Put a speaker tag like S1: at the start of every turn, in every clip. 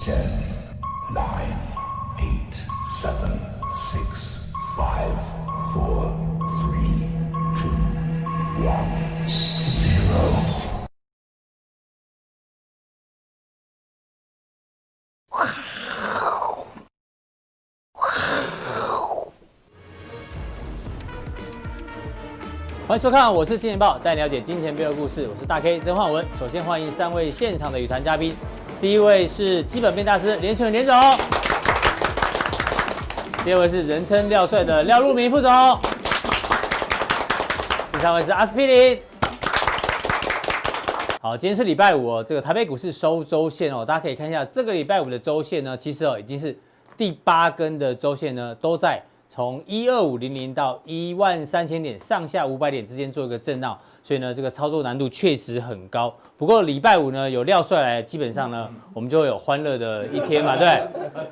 S1: Ten, nine, eight, seven, six, five, four, three, two, one, zero.
S2: 欢迎收看，我是金钱豹，带你了解金钱背后故事。我是大 K 曾焕文。首先欢迎三位现场的语团嘉宾，第一位是基本面大师连纯连总，第二位是人称廖帅的廖路明副总，第三位是阿司匹林。好，今天是礼拜五哦，这个台北股市收周线哦，大家可以看一下这个礼拜五的周线呢，其实哦已经是第八根的周线呢都在从一二五零零到一万三千点上下五百点之间做一个震荡，所以呢，这个操作难度确实很高。不过礼拜五呢，有廖帅来，基本上呢，我们就会有欢乐的一天嘛，对不对。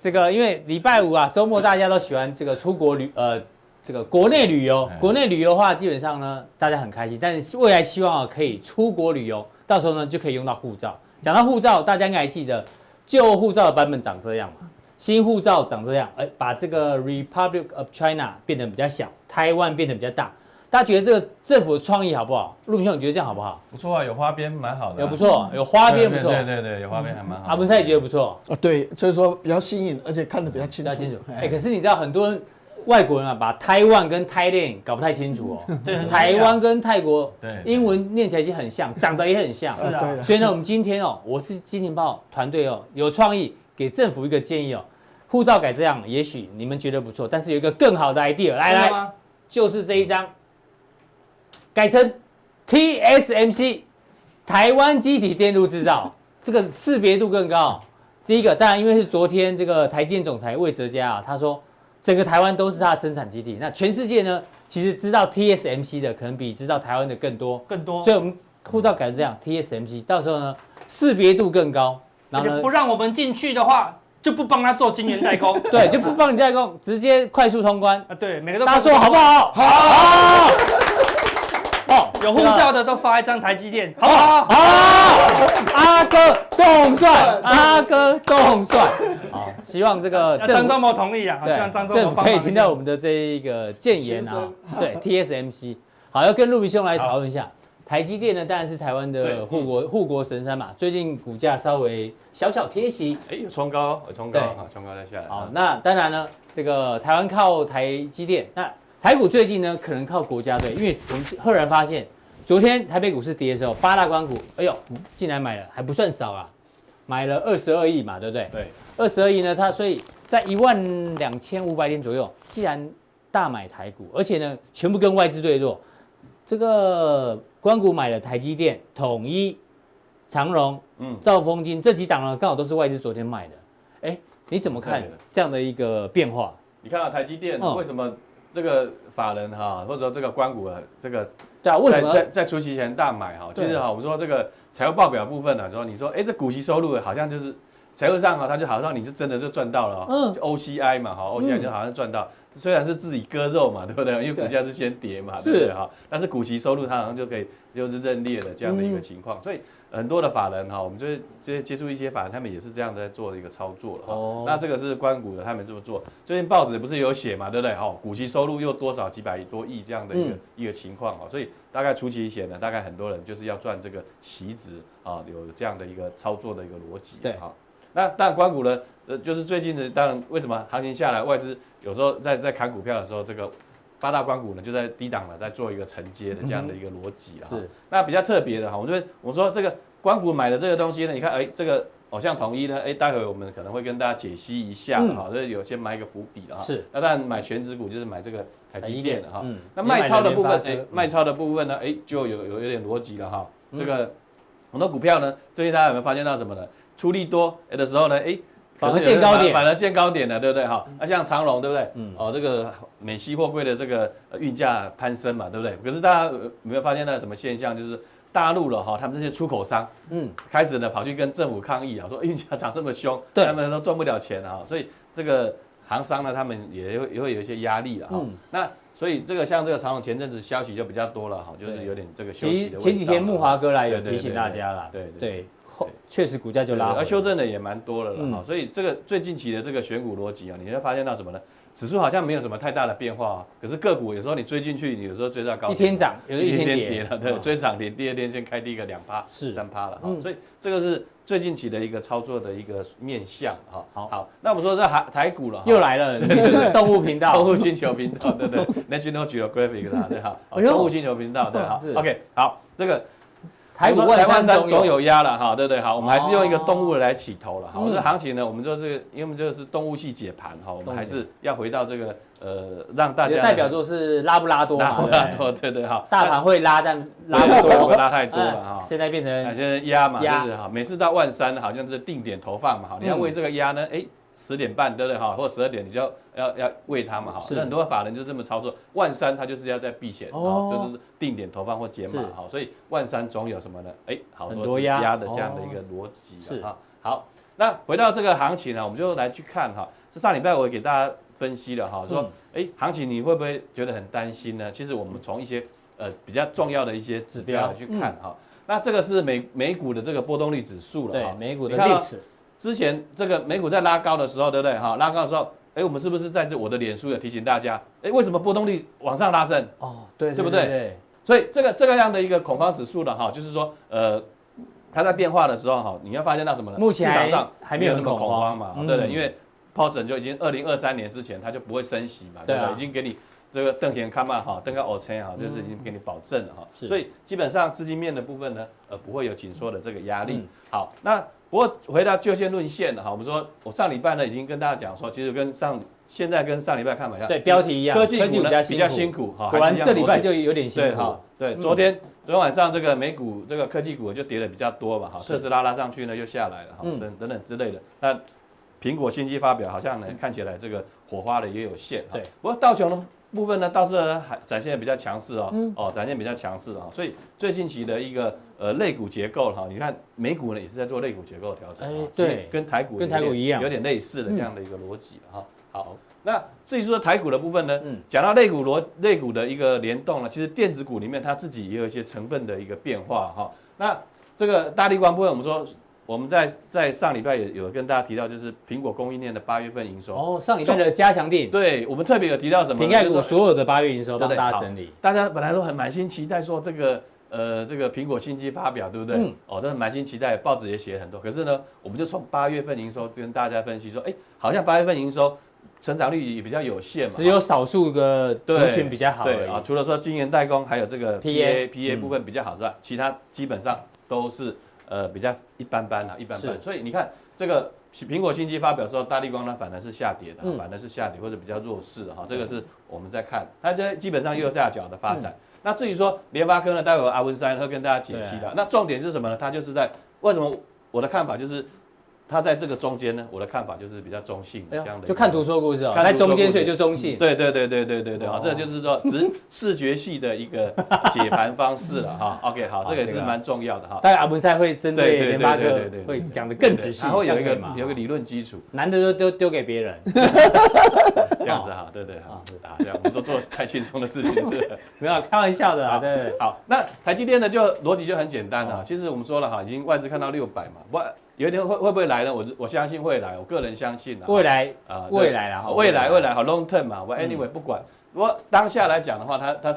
S2: 这个因为礼拜五啊，周末大家都喜欢这个出国旅，呃，这个国内旅
S3: 哎
S2: 游。国内旅游的话，基本上呢，大家很开心，但是未来希望啊，可以出国旅游，到时候呢就可以用到护照。讲到护照，大家应该还记得旧护照的版本长这样嘛。新护照长这样，哎，把这个 Republic of China 变得比较小，台湾变得比较大。大家觉得这个政府的创意好不好？陆明兄，你觉得这样好不好？
S3: 不错啊，有花边蛮好的啊、
S2: 有不错，有花边不
S3: 对
S2: 错。
S3: 对对对，有花边还蛮好的。
S2: 阿文赛也觉得不错，
S4: 啊，对，所以说比较新颖，而且看得比较
S2: 比
S4: 清
S2: 较
S4: 楚。
S2: 清楚。哎、
S4: 哎
S2: 可是你知道很多人外国人啊，把台湾跟 Thailand 搞不太清楚哦。
S3: 很
S2: 台湾跟泰国，
S3: 对对
S2: 英文念起来已经很像，长得也很像。
S4: 啊对的
S2: 所以呢，我们今天哦，我是金钱豹团队哦，有创意，给政府一个建议哦，护照改这样，也许你们觉得不错，但是有一个更好的 idea，来
S3: 真的
S2: 来，
S3: 吗，
S2: 就是这一张，改成 TSMC 台湾机体电路制造，这个识别度更高。第一个，当然因为是昨天这个台电总裁魏哲嘉啊，他说整个台湾都是他的生产基地，那全世界呢，其实知道 TSMC 的可能比知道台湾的更多。
S5: 更多，
S2: 所以我们护照改成这样，TSMC，到时候呢识别度更高，
S5: 而
S2: 然后
S5: 且不
S2: 呢，。
S5: 让我们进去的话，就不帮他做晶圆代工
S2: 对，就不帮你代工，直接快速通关。
S5: 啊，对，每个都
S2: 大家说好不？好？好，哦，
S5: 有护照的都发一张台积电，好
S2: 好
S5: 不
S2: 好，
S5: 好？
S2: 好，阿哥动算，阿哥动 算，好，希望这个
S5: 要
S2: 政
S5: 张
S2: 府
S5: 忠谋同意啊，好希望张
S2: 对
S5: 忠谋
S2: 政
S5: 帮
S2: 府
S5: 忙
S2: 可以听到我
S5: 一
S2: 们的这一个谏言啊，对 TSMC，好，要跟陆明兄来讨论一下。台积电呢，当然是台湾的
S3: 对
S2: 护国护国神山嘛，最近股价稍微小小贴息，
S3: 哎，有冲高，有冲
S2: 对
S3: 高，好，冲高再下来。
S2: 好
S3: 好，，
S2: 那当然呢，这个台湾靠台积电，那台股最近呢可能靠国家队，因为我们赫然发现，昨天台北股市跌的时候，八大关股，哎呦，竟然买了，还不算少啊，买了二十二亿嘛，对不对？
S3: 对，
S2: 二十二亿呢，它所以在一万两千五百点左右，既然大买台股，而且呢全部跟外资对坐，这个关股买了台积电、统一、长荣、
S3: 嗯，
S2: 兆丰金这几档呢，刚好都是外资昨天买的。哎，你怎么看
S3: 对的
S2: 这样的一个变化？
S3: 你看到啊台积电
S2: 嗯
S3: 为什么这个法人哈，或者说这个关谷啊，这个
S2: 对啊，为什
S3: 在
S2: 么
S3: 在在除夕前大买哈？其
S2: 对
S3: 实哈，我们说这个财务报表部分呢，说你说哎，这股息收入好像就是财务上哈，它就好像你是真的就赚到了哦，
S2: 嗯
S3: 就 OCI 嘛哈，OCI
S2: 嗯
S3: 就好像赚到，虽然是自己割肉嘛，对不对？因为
S2: 对
S3: 股价是先跌嘛，
S2: 是
S3: 对不对哈？但是股息收入它好像就可以就是认列了这样的
S2: 嗯
S3: 一个情况，所以很多的法人哈，我们就是接接触一些法人，他们也是这样在做一个操作了
S2: 哦
S3: 哈。那这个是关谷的，他们这么做。最近报纸不是有写嘛，对不对？哈，股息收入又多少几百多亿这样的一个
S2: 嗯
S3: 一个情况哦，所以大概除夕险呢，大概很多人就是要赚这个席值啊，有这样的一个操作的一个逻辑
S2: 对
S3: 哈。那当然，关谷呢，呃，就是最近的，当然为什么行情下来，外资有时候在在砍股票的时候，这个八大关股呢就在低档了，在做一个承接的这样的一个逻辑啊。
S2: 嗯是
S3: 那比较特别的哈，我觉得我说这个关谷买的这个东西呢，你看，哎，这个偶像统一呢，哎，待会我们可能会跟大家解析一下
S2: 嗯
S3: 哈，所以有先埋一个伏笔了哈。
S2: 是。
S3: 那当然买全指股就是买这个台积电的哈。
S2: 嗯
S3: 那卖超的部分，
S2: 你买了联
S3: 哎
S2: 发科，嗯
S3: 卖超的部分呢，哎，就有有有点逻辑了哈。
S2: 嗯
S3: 这个很多股票呢，最近大家有没有发现到什么呢？出力多哎的时候呢，哎，
S2: 反而
S3: 可是有
S2: 见
S3: 的
S2: 高点
S3: 反而见高点了，对不对哈？那像长隆，对不对？
S2: 嗯
S3: 哦，这个美西货柜的这个呃运价攀升嘛，对不对？可是大家呃有没有发现到什么现象？就是大陆了哈，他们这些出口商
S2: 嗯，
S3: 开始呢跑去跟政府抗议啊，说运价涨这么凶，
S2: 对
S3: 他们都赚不了钱啊，所以这个行商呢，他们也会也会有一些压力啊。
S2: 嗯
S3: 那所以这个像这个长隆前阵子消息就比较多了哈，就是有点这个休息
S2: 其实
S3: 的味道
S2: 前几天木华哥来有
S3: 对对
S2: 提醒
S3: 对
S2: 大家啦，
S3: 对对
S2: 对，后确实股价就
S3: 对
S2: 拉回
S3: 而
S2: 了。
S3: 修正的也蛮多了了
S2: 嗯
S3: 哈、所以这个最近期的这个选股逻辑啊，你会发现到什么呢？指数好像没有什么太大的变化、啊，可是个股有时候你追进去，你有时候追到高点
S2: 一天涨，有的一
S3: 一
S2: 天
S3: 天
S2: 跌哦
S3: 跌了，对，追涨停，第二天先开低个两趴，
S2: 是
S3: 三趴了哈
S2: 嗯，
S3: 所以这个是最近期的一个操作的一个面向哈。
S2: 好
S3: 好，那我们说这台台股了哈，
S2: 又来了，你是动物频道，
S3: 动物星球频道，对对，National Geographic 啦，对好，好
S2: 哎呦哦
S3: 动物星球频道，对好
S2: 是
S3: ，OK，好，这个
S2: 台股
S3: 台
S2: 万
S3: 湾
S2: 山
S3: 山
S2: 总
S3: 总
S2: 有。
S3: 有鸭了哈，对对好，我们还是用一个
S2: 哦
S3: 动物来起头了哈。
S2: 嗯
S3: 这行情呢，我们就是因为我们这个是动物系解盘哈，我
S2: 动
S3: 们
S2: 物
S3: 还
S2: 系
S3: 是要回到这个呃，让大
S2: 你
S3: 家
S2: 的代表作是拉布拉多嘛，
S3: 拉布
S2: 对
S3: 拉
S2: 不对
S3: 多，对对哈，
S2: 大盘会拉，但拉
S3: 对
S2: 不
S3: 对
S2: 多，
S3: 拉太多了哈
S2: 嗯现在变
S3: 啊，
S2: 成
S3: 现在鸭嘛，
S2: 鸭
S3: 就是哈，每次到万三好像是定点投放嘛，哈，你要
S2: 嗯
S3: 喂这个鸭呢，哎，十点半对不对哈，或十二点你就要要要喂它嘛哈，
S2: 是
S3: 那很多法人就这么操作，万三它就是要在避险，
S2: 哦
S3: 哦，就是定点投放或解
S2: 是
S3: 码，好，所以万三总有什么呢？哎，好
S2: 很多
S3: 多只
S2: 鸭
S3: 鸭的这样的一个逻辑
S2: 是
S3: 啊，哈好，那回到这个行情呢，我们就来去看哈，是上礼拜我也给大家分析了哈，
S2: 嗯
S3: 说哎，行情你会不会觉得很担心呢？其实我们从一些呃比较重要的一些指标来去看
S2: 嗯
S3: 哈。那这个是美美股的这个波动率指数了
S2: 对
S3: 哈。
S2: 美股的
S3: 你看到
S2: 历史，
S3: 之前这个美股在拉高的时候，对不对哈？拉高的时候，哎，我们是不是在这我的脸书有提醒大家，哎，为什么波动率往上拉升？
S2: 哦，对
S3: 对不对
S2: 对？
S3: 所以这个这个样的一个恐慌指数了哈，就是说呃。它在变化的时候哈，你要发现到什么呢？
S2: 目前
S3: 市
S2: 还
S3: 场上
S2: 还没有
S3: 那
S2: 那么
S3: 么
S2: 恐
S3: 恐
S2: 慌
S3: 慌嘛，
S2: 嗯
S3: 对不对？因为 p o s t o n 就已经二零二三年之前它就不会升息嘛，
S2: 对
S3: 对
S2: 啊嗯
S3: 不对？已经给你这个邓贤看嘛哈，邓个偶签哈，啊就是已经给你保证了哈。
S2: 是
S3: 所以基本上资金面的部分呢，呃，不会有紧缩的这个压力
S2: 嗯。
S3: 好，那不过回到就线论线了哈，我们说我上礼拜呢已经跟大家讲说，其实跟上现在跟上礼拜看法一样，
S2: 对，标题一样，
S3: 科技股呢
S2: 比
S3: 比
S2: 较
S3: 较
S2: 辛
S3: 辛
S2: 苦。
S3: 苦哈，
S2: 果
S3: 还
S2: 然
S3: 是一样
S2: 这礼
S3: 逻
S2: 拜
S3: 辑
S2: 就有点辛
S3: 对
S2: 苦
S3: 哈，，对，
S2: 嗯
S3: 昨天昨天晚上这个美股这个科技股就跌的比较多嘛哈，
S2: 是
S3: 特斯拉拉上去呢又下来了哈，
S2: 嗯
S3: 等等等之类的。那苹果新机发表好像呢看起来这个火花的也有限哈
S2: 对，
S3: 不过道琼的部分呢倒是还展现得比较强势哦，
S2: 嗯
S3: 哦展现比较强势啊，所以最近期的一个呃类股结构了哈，你看美股呢也是在做类股结构调整
S2: 哎
S3: 哈，
S2: 对
S3: 所以跟台股
S2: 跟台股
S3: 有点
S2: 一样嗯
S3: 有点类似的这样的一个逻辑哈。好，那至于说台股的部分呢
S2: 嗯，
S3: 讲到类股逻类股的一个联动呢，其实电子股里面它自己也有一些成分的一个变化哈。那这个大力光部分，我们说我们在在上礼拜也有跟大家提到，就是苹果供应链的八月份营收，
S2: 哦，上礼拜的加强定，
S3: 对我们特别有提到什么呢？
S2: 瓶盖
S3: 就是
S2: 股
S3: 说
S2: 所有的八月营收帮
S3: 对对
S2: 大家
S3: 好
S2: 整理，
S3: 大家本来都很满心期待说这个呃这个苹果新机发表，对不对？
S2: 嗯
S3: 哦，都很满心期待，报纸也写很多。可是呢，我们就从八月份营收跟大家分析说，哎，好像八月份营收成长率也比较有限嘛，
S2: 只有少数个族
S3: 对
S2: 群比较好
S3: 对啊，
S2: 而已。嗯
S3: 除了说晶圆代工还有这个
S2: PA
S3: PA PA 部分比较好之外，其他基本上都是呃比较一般般啦，一般般。
S2: 是
S3: 所以你看这个苹果新机发表之后，大力光呢反而是下跌的
S2: 嗯，
S3: 反而是下跌或者比较弱势的哈，这个是我们在看，它这基本上右下角的发
S2: 嗯
S3: 展。那至于说联发科呢，待会儿阿文山会跟大家解析
S2: 对
S3: 的。那重点是什么呢？它就是在为什么我的看法就是。它在这个中间呢，我的看法就是比较中性
S2: 哎
S3: 的
S2: 呦
S3: 这样的一个，
S2: 就看图说故事哦，
S3: 看
S2: 在
S3: 图说
S2: 中间
S3: 故事
S2: 所以就中性，
S3: 对对对对对对对，
S2: 哦
S3: 好，这就是说只视觉系的一 个解盘方式了哈。OK，好，
S2: 好
S3: 这个也
S2: 这
S3: 是
S2: 个啊
S3: 蛮重要的哈。
S2: 当然阿文赛会针对
S3: 对对
S2: 联发
S3: 对对
S2: 科
S3: 对对对
S2: 会讲得更
S3: 对
S2: 仔细，
S3: 它会有一个
S2: 这样可以吗
S3: 有一个理论基础，
S2: 难的都丢丢给别人，
S3: 这样
S2: 哦
S3: 子哈，对对好，啊，这样我们都做太轻松的事情。对
S2: 没有开玩笑的啦，对。
S3: 好，那台积电呢，就逻辑就很简单啊
S2: 哦
S3: 了。其实我们说了哈，已经外资看到六百嘛，外有一天会会不会来呢？我我相信会来，我个人相信啊。
S2: 未来
S3: 啊
S2: 未来啦哈
S3: 未
S2: 未
S3: 来
S2: 来
S3: 未来好 long term 嘛，
S2: 嗯
S3: 我 anyway 不管，如果当下来讲的话，它它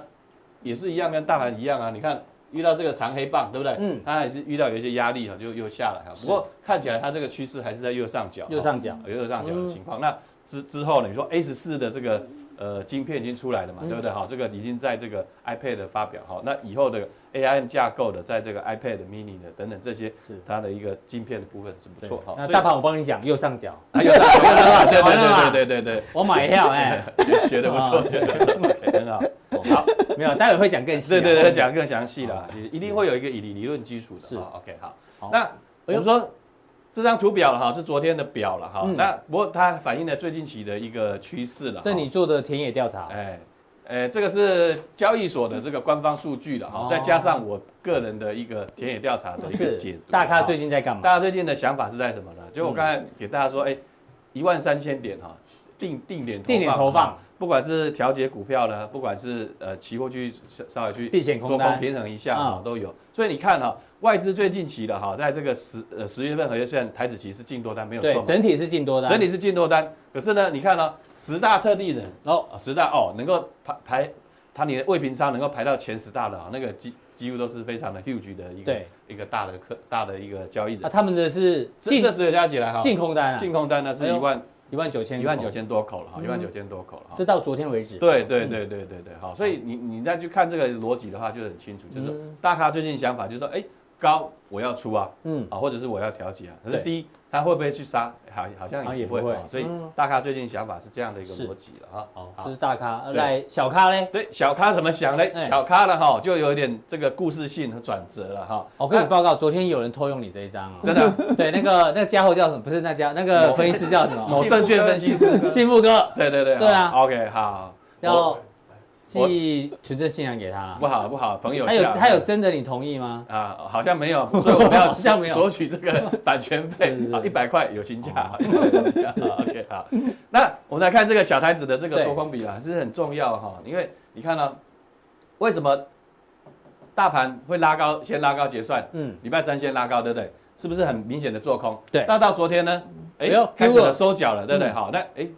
S3: 也是一样，跟大盘一样啊。你看遇到这个长黑棒，对不对？
S2: 嗯
S3: 嗯，它还是遇到有一些压力哈，啊就又下来哈。不过看起来它这个趋势还是在右上角，
S2: 右上角
S3: 有右上角的情况。那之之后呢？你说 A 十四的这个呃晶片已经出来了嘛，
S2: 嗯
S3: 对不对？好，这个已经在这个 iPad 的发表好，那以后的 AIM 架构的，在这个 iPad mini 的等等这些
S2: 是，
S3: 它的一个晶片的部分是不
S2: 对
S3: 错哈。
S2: 那
S3: 所以
S2: 大盘我帮你讲，右上角
S3: 啊，有的，有的，对
S2: 完了嘛
S3: 对对对对对
S2: 我买 票哎，
S3: 对，学的不
S2: 啊
S3: 错，学的不错，OK，很好。 好，
S2: 没有，待会会讲更细啊。
S3: 对对对，讲更详细了，也一定会有一个以理理论基础
S2: 是
S3: 的哈。OK，
S2: 好哎
S3: 好，那我们说这张图表了哈，是昨天的表了哈
S2: 嗯。
S3: 那不过它反映了最近期的一个趋势了哈。
S2: 这你做的田野调查，
S3: 哎，呃，这个是交易所的这个官方数据了
S2: 哦，
S3: 哈再加上我个人的一个田野调查的一个解
S2: 是
S3: 读。
S2: 大咖
S3: 哈
S2: 最近在干嘛
S3: 大？家最近的想法是在什么呢？就我刚才给大家说，哎、一万三千点哈、定定点
S2: 嗯定点投放
S3: 哈不管是调节股票呢，不管是呃期货去稍稍微去
S2: 避险空
S3: 多
S2: 单
S3: 空平衡一下哈
S2: 嗯
S3: 都有。所以你看哈，外资最近期的哈，在这个十呃十月份合约虽然台子期是净多单没有
S2: 对
S3: 错，嘛，
S2: 整体是进多的啊，
S3: 整体是净多单，可是呢，你看呢，十大特例人
S2: 哦，
S3: 啊，十大哦，能够排排，它你的未平仓能够排到前十大的啊，那个几几乎都是非常的 huge 的一个
S2: 对
S3: 一个大的客大的一个交易
S2: 那
S3: 人。
S2: 啊他们的是
S3: 这
S2: 进
S3: 这十个加起来哈，
S2: 进空单啊，
S3: 净空单呢是
S2: 哎呦
S3: 一万
S2: 一万九千哦
S3: 一万九，千多口了哈，一万九千多口了哈
S2: 这。到昨天为止，
S3: 对对对对对对，好，所以你你再去看这个逻辑的话，就很清楚，就是说大咖最近想法就是说，哎，高我要出啊，
S2: 嗯，
S3: 啊，或者是我要调节啊。可是
S2: 对
S3: 第一，他会不会去杀？好，好
S2: 好像
S3: 像
S2: 也
S3: 也不会
S2: 不会
S3: 哦。所以大咖最近想法是这样的一个
S2: 是
S3: 逻辑了啊。
S2: 好，这
S3: 好
S2: 是大咖，
S3: 对
S2: 来小咖嘞，
S3: 对，小咖怎么想呢
S2: 哎？
S3: 小咖了哈，就有一点这个故事性和转折了哈。
S2: 哦我跟你
S3: 那
S2: 报告，昨天有人偷用你这一张哦，
S3: 哎真的，
S2: 对，那个那个家伙叫什么？不是那家那个
S3: 某
S2: 分析师叫什么？
S3: 某证券分析师，
S2: 幸福哥
S3: 对对对，
S2: 对啊
S3: 好，OK，好，
S2: 要寄存证信函给他
S3: 不，好不好，朋友
S2: 他有
S3: 价
S2: 他有征得你同意吗？
S3: 啊，好像没有， 所以我们要
S2: 好像没有
S3: 索取这个版权费啊
S2: 是是，哦
S3: 一百块有薪假。有薪假好 OK，好。那我们来看这个小台子的这个
S2: 对
S3: 多空比啊，是很重要哈，因为你看呢，为什么大盘会拉高，先拉高结算，
S2: 嗯，
S3: 礼拜三先拉高，对不对？是不是很明显的做空？
S2: 对
S3: 那到昨天呢？
S2: 哎
S3: 哎
S2: 呦，
S3: 开始
S2: 给我
S3: 了收脚了，对不对？好，那哎，
S2: 嗯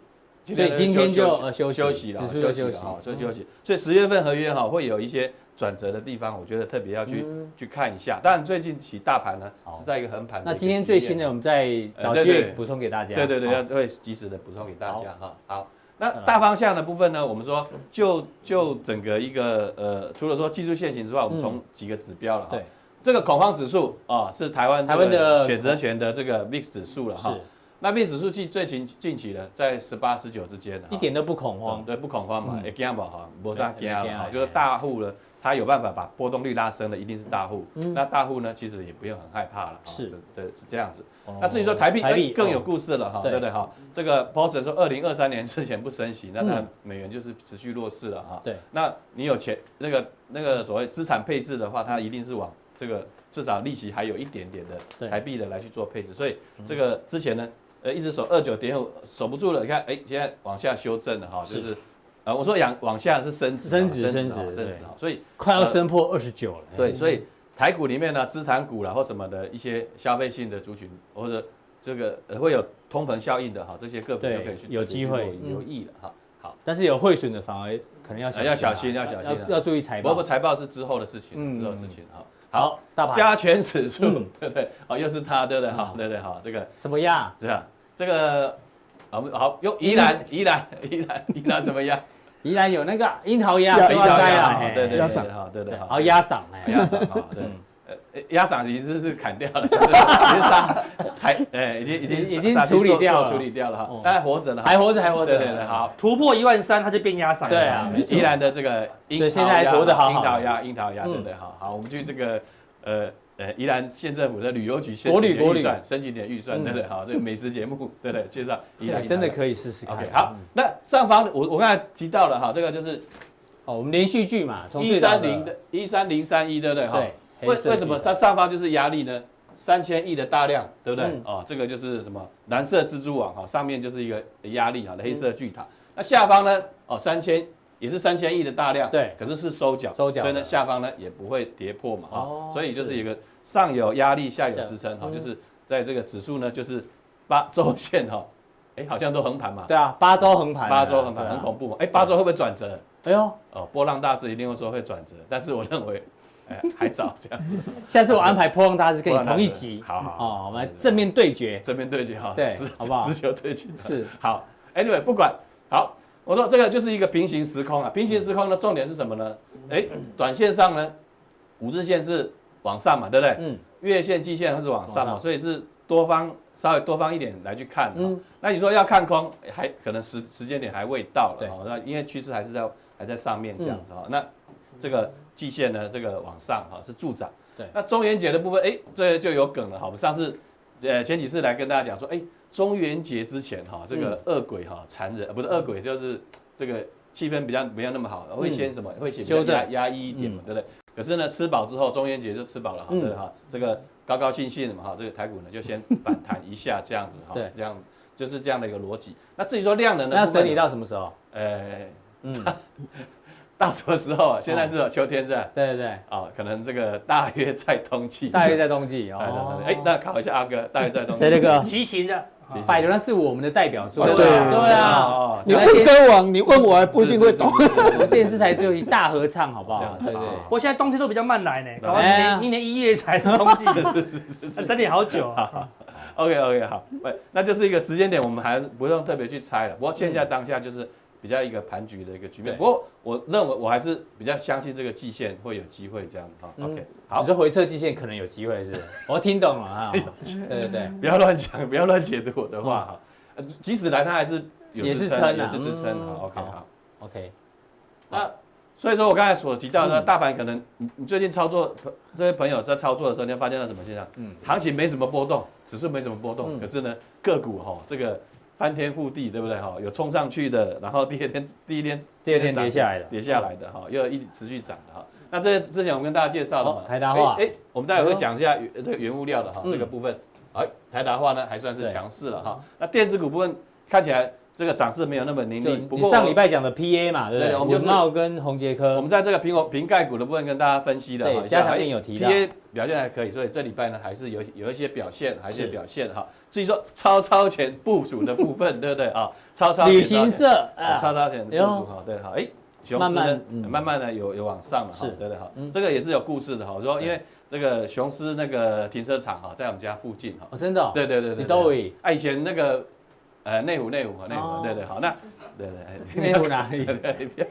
S2: 所以今天就呃
S3: 呃
S2: 休息
S3: 休息了，
S2: 指数就休息嗯
S3: 了哈，就休息。所以十月份合约哈会有一些转折的地方，我觉得特别要去去看一下。当然最近起大盘呢
S2: 嗯好
S3: 是在一个横盘的
S2: 那
S3: 一个体
S2: 今
S3: 验。
S2: 天最新的我们再找
S3: 呃对
S2: 机会
S3: 对
S2: 补充给大家。
S3: 对对对，
S2: 好
S3: 要会及时的补充给大家哈。好，那
S2: 嗯
S3: 大方向的部分呢，我们说就就整个一个呃，除了说技术线型之外，我们从几个指标了哈。
S2: 嗯对，
S3: 这个恐慌指数啊，是台湾这个
S2: 台湾的
S3: 选择权的这个 VIX 指数了哈
S2: 是。
S3: 那 VIX 指数近最近近期的在十八、十九之间的哈
S2: 一点都不恐
S3: 哦
S2: 慌，
S3: 对，不恐慌嘛，也惊吧哈，没啥
S2: 嗯对
S3: 惊
S2: 没
S3: 了
S2: 怕
S3: 哈
S2: 啦，
S3: 就是大户呢，他有办法把波动率拉升的，一定是大户。那大户呢，其实也不用很害怕了哈，
S2: 嗯是
S3: 对对，是这样子。
S2: 哦
S3: 那至于说台币，
S2: 台币
S3: 哎更有
S2: 哦
S3: 故事了哈，
S2: 对
S3: 对不对哈？这个 Paulson 说，二零二三年之前不升息，那当然
S2: 嗯
S3: 美元就是持续弱势了哈。
S2: 对，
S3: 那你有钱那个那个所谓资产配置的话，它一定是往这个至少利息还有一点点
S2: 对嗯
S3: 的台币的来去做配置，所以这个之前呢，呃，一直守二九点五守不住了，你看，哎，现在往下修正了哈，
S2: 是
S3: 就是。呃，我说往往下是升值啊，
S2: 升值
S3: 啊
S2: 升值
S3: 升值
S2: 对嗯
S3: 啊，所以
S2: 快要升破二十九了。
S3: 对，所以台股里面呢，资产股啦或什么的一些消费性的族群，或者这个呃会有通膨效应的哈，这些个股
S2: 对
S3: 都可以去
S2: 有机会嗯
S3: 去留留意了哈。好，
S2: 但是有汇损的反而可能要小
S3: 呃要小心
S2: 啊
S3: 要小心啊
S2: 要要注意财
S3: 不
S2: 报
S3: 过。财报是之后的事情，
S2: 嗯
S3: 之后的事情哈。好，
S2: 好，大盘
S3: 加权指数
S2: 嗯
S3: 对不对？好，又是它对不对？好，对不对？好，这个
S2: 什么样？
S3: 这样这个。好，我们好，用宜
S2: 嗯
S3: 兰，宜兰，宜兰， 宜兰什么样？
S2: 依然有那个樱桃鸭，
S4: 要
S2: 不
S3: 宜
S2: 要
S3: 兰
S2: 摘啊
S3: 好
S2: 嘿
S3: 哦对对对，
S4: 鸭
S3: 对
S4: 嗓
S3: 好，对对，好
S2: 好鸭嗓哎，
S3: 鸭嗓哈，对
S2: 嗯，
S3: 呃，鸭嗓其实是 砍掉了，已经杀，还，呃，已经已经
S2: 已经
S3: 杀
S2: 处理
S3: 做
S2: 掉
S3: 做
S2: 了
S3: 处理掉了
S2: 哦
S3: 哈，但还活着呢，
S2: 还活着还活着
S3: 对对对，好。
S5: 突破一万三，它就变压嗓了。
S2: 对啊，没错
S3: 依然的这个樱桃
S2: 对现在还
S3: 鸭
S2: 活得好好
S3: 樱桃鸭，樱桃鸭，
S2: 嗯
S3: 对对，好好，我们去这个呃呃宜兰县政府的旅游局申
S2: 国
S3: 请
S2: 旅
S3: 点
S2: 国旅
S3: 预算，申请点预算，
S2: 嗯
S3: 对对，好，这个美食节目，对对，介绍宜兰
S2: 对，真的
S3: 以。
S2: 可以试试看。
S3: OK，好，那上方我我刚才提到了哈，这个就是
S2: 哦，我们连续剧嘛，从
S3: 一
S2: 最早
S3: 三零的一三零三一，对不对？哈
S2: 对，
S3: 为
S2: 黑色
S3: 为什么
S2: 系
S3: 它上方就是压力呢？三千亿的大量，对不对？
S2: 嗯
S3: 哦，这个就是什么蓝色蜘蛛网哈、上面就是一个压力哈、黑
S2: 嗯
S3: 色巨塔。那下方呢？哦，三千也是三千亿的大量，
S2: 对
S3: 可是是收脚，
S2: 收脚的
S3: 所以呢下方呢也不会跌破嘛，哈、
S2: 哦
S3: 所以就是是一个上有压力，下有
S2: 下有嗯
S3: 支撑哈、就是在这个指数呢就是八 周线哈、哎好像都横盘嘛，
S2: 对啊，八周横盘，
S3: 八周横
S2: 对
S3: 盘
S2: 啊
S3: 很恐怖嘛，哎八周会不会转折？
S2: 哎呦，
S3: 哦，波浪大师一定会说会转折， 但是我认为，哎，还早这 样。
S2: 下次我安排破浪大师跟你
S3: 波浪大
S2: 同
S3: 师
S2: 一集，
S3: 好好好
S2: 哦，我们来
S3: 对对对
S2: 正面对决，
S3: 正面对决哈，
S2: 对
S3: 直
S2: 好不好
S3: 直球对决
S2: 是
S3: 好。Anyway，不管好，我说这个就是一个平行时空啊，平行时空的重点是什么呢？哎，短线上呢，五日线是往上嘛，对不对？
S2: 嗯，
S3: 月线、季线它是往上
S2: 往
S3: 嘛，
S2: 上
S3: 所以是多方稍微多方一点来去看、
S2: 嗯
S3: 嗯，那你说要看空，还可能时时间点还未到
S2: 对嗯
S3: 了哦。那因为趋势还是在还在上面这样子哈、哦。那这个季线呢，这个往上哦哈、是助长。
S2: 对
S3: 那中元节的部分，哎，这就有梗了哈。我们上次呃前几次来跟大家讲说，哎，中元节之前哈、这个
S2: 嗯
S3: 恶鬼哈、残忍，呃不是恶鬼，就是这个气氛比较没有那么好，
S2: 嗯
S3: 会先什么、会先比较
S2: 修正
S3: 压压抑一点嘛，对不对？可是呢，吃饱之后，中元节就吃饱了哈，
S2: 嗯
S3: 对不对哈，这个高高兴兴的嘛哈，这个台股呢就先反弹一下这样子哈
S2: 对，
S3: 这样就是这样的一个逻辑。那至于说量能呢，
S2: 那要整理到什么时候？
S3: 呃
S2: 嗯， 哦
S3: 到什么时候啊？现在是秋天是吧？
S2: 对对对，
S3: 啊，可能这个大约在冬季。
S2: 大约在冬季
S3: 哎
S2: 哦。
S3: 哎，那考一下阿哥，大约在冬季。
S2: 谁的歌？
S5: 骑行的，
S3: 其实
S2: 百流浪是我们的代表作，
S4: 啊
S3: 真的
S4: 对
S2: 对啊，
S3: 哦
S4: 你问歌王，你问我还不一定会哦懂。
S3: 是是是是
S2: 我们 电视台只有一大合唱，好不
S3: 这
S2: 好？
S3: 样
S2: 对对
S3: 好
S5: 不过现在冬天都比较慢来呢，搞到明
S2: 哎呀
S5: 年明年一月才是冬 季，整理好久啊。
S3: OK OK 好，喂，那就是一个时间点，我们还不用特别去猜了。不过现在当下就是比较一个盘局的一个局面。
S2: 嗯对
S3: 不过我认为我还是比较相信这个季线会有机会这样哈。
S2: 嗯
S3: OK，
S2: 你
S3: 好，哎
S2: 说回撤季线可能有机会是不是？我听懂了 啊，对对对，
S3: 不要乱讲，不要乱解读我的话哈。呃即使来，它还是有
S2: 也是
S3: 支撑，
S2: 撑
S3: 也
S2: 啊
S3: 是支撑。
S2: 嗯
S3: 好，OK
S2: 好
S3: 好。
S2: ，OK，
S3: 那所以说我刚才所提
S2: 嗯
S3: 到的，大盘可能你你最近操作，这些朋友在操作的时候，你会发现到什么现象？
S2: 嗯
S3: 行情没什么波动，指数没什么波动，
S2: 嗯
S3: 可是呢，个股哈、这个翻天覆地，对不对哈、有冲上去的，然后第二天第一天
S2: 第 二天跌下来了
S3: 跌下来的哈、又一直持续涨的哈、那这之前我跟大家介绍了嘛
S2: 哦，台达化
S3: 哎、哎我们待会会讲一下原这个原物料的哈、
S2: 嗯
S3: 这个部分。哎，台达化呢还算是
S2: 对
S3: 强势了哈、那电子股部分看起来这个涨势没有那么凌
S2: 就
S3: 厉，
S2: 你上礼
S3: 我
S2: 拜讲的 PA 嘛，对不
S3: 对
S2: 对？
S3: 我们就是
S2: 文茂跟洪杰科，
S3: 我们在这个苹果瓶盖股的部分跟大家分析了哈，
S2: 对
S3: 一下
S2: 加强店有提到
S3: 哎 PA 表现还可以，所以这礼拜呢还是有有一些表现，还是有表现哈。至于说超超前部署的部分，对不对啊？超超前
S2: 旅行社
S3: 啊，超
S2: 啊，
S3: 超前部
S2: 哎呦
S3: 署哈，对哈，哎。熊
S2: 慢
S3: 市
S2: 慢
S3: 呢，
S2: 嗯
S3: 慢慢的有有往上嘛，哈
S2: 是
S3: 对不对哈
S2: 嗯？
S3: 这个也是有故事的哈。我说因为这个雄狮那个停车场哈，在我们家附近哈，
S2: 哦，真的哦，
S3: 对对对对，
S2: 你
S3: 对
S2: 都有
S3: 啊，以前那个呃内湖内湖内
S2: 哦
S3: 湖，对对好，那对对
S2: 内湖 哪里？
S3: 对对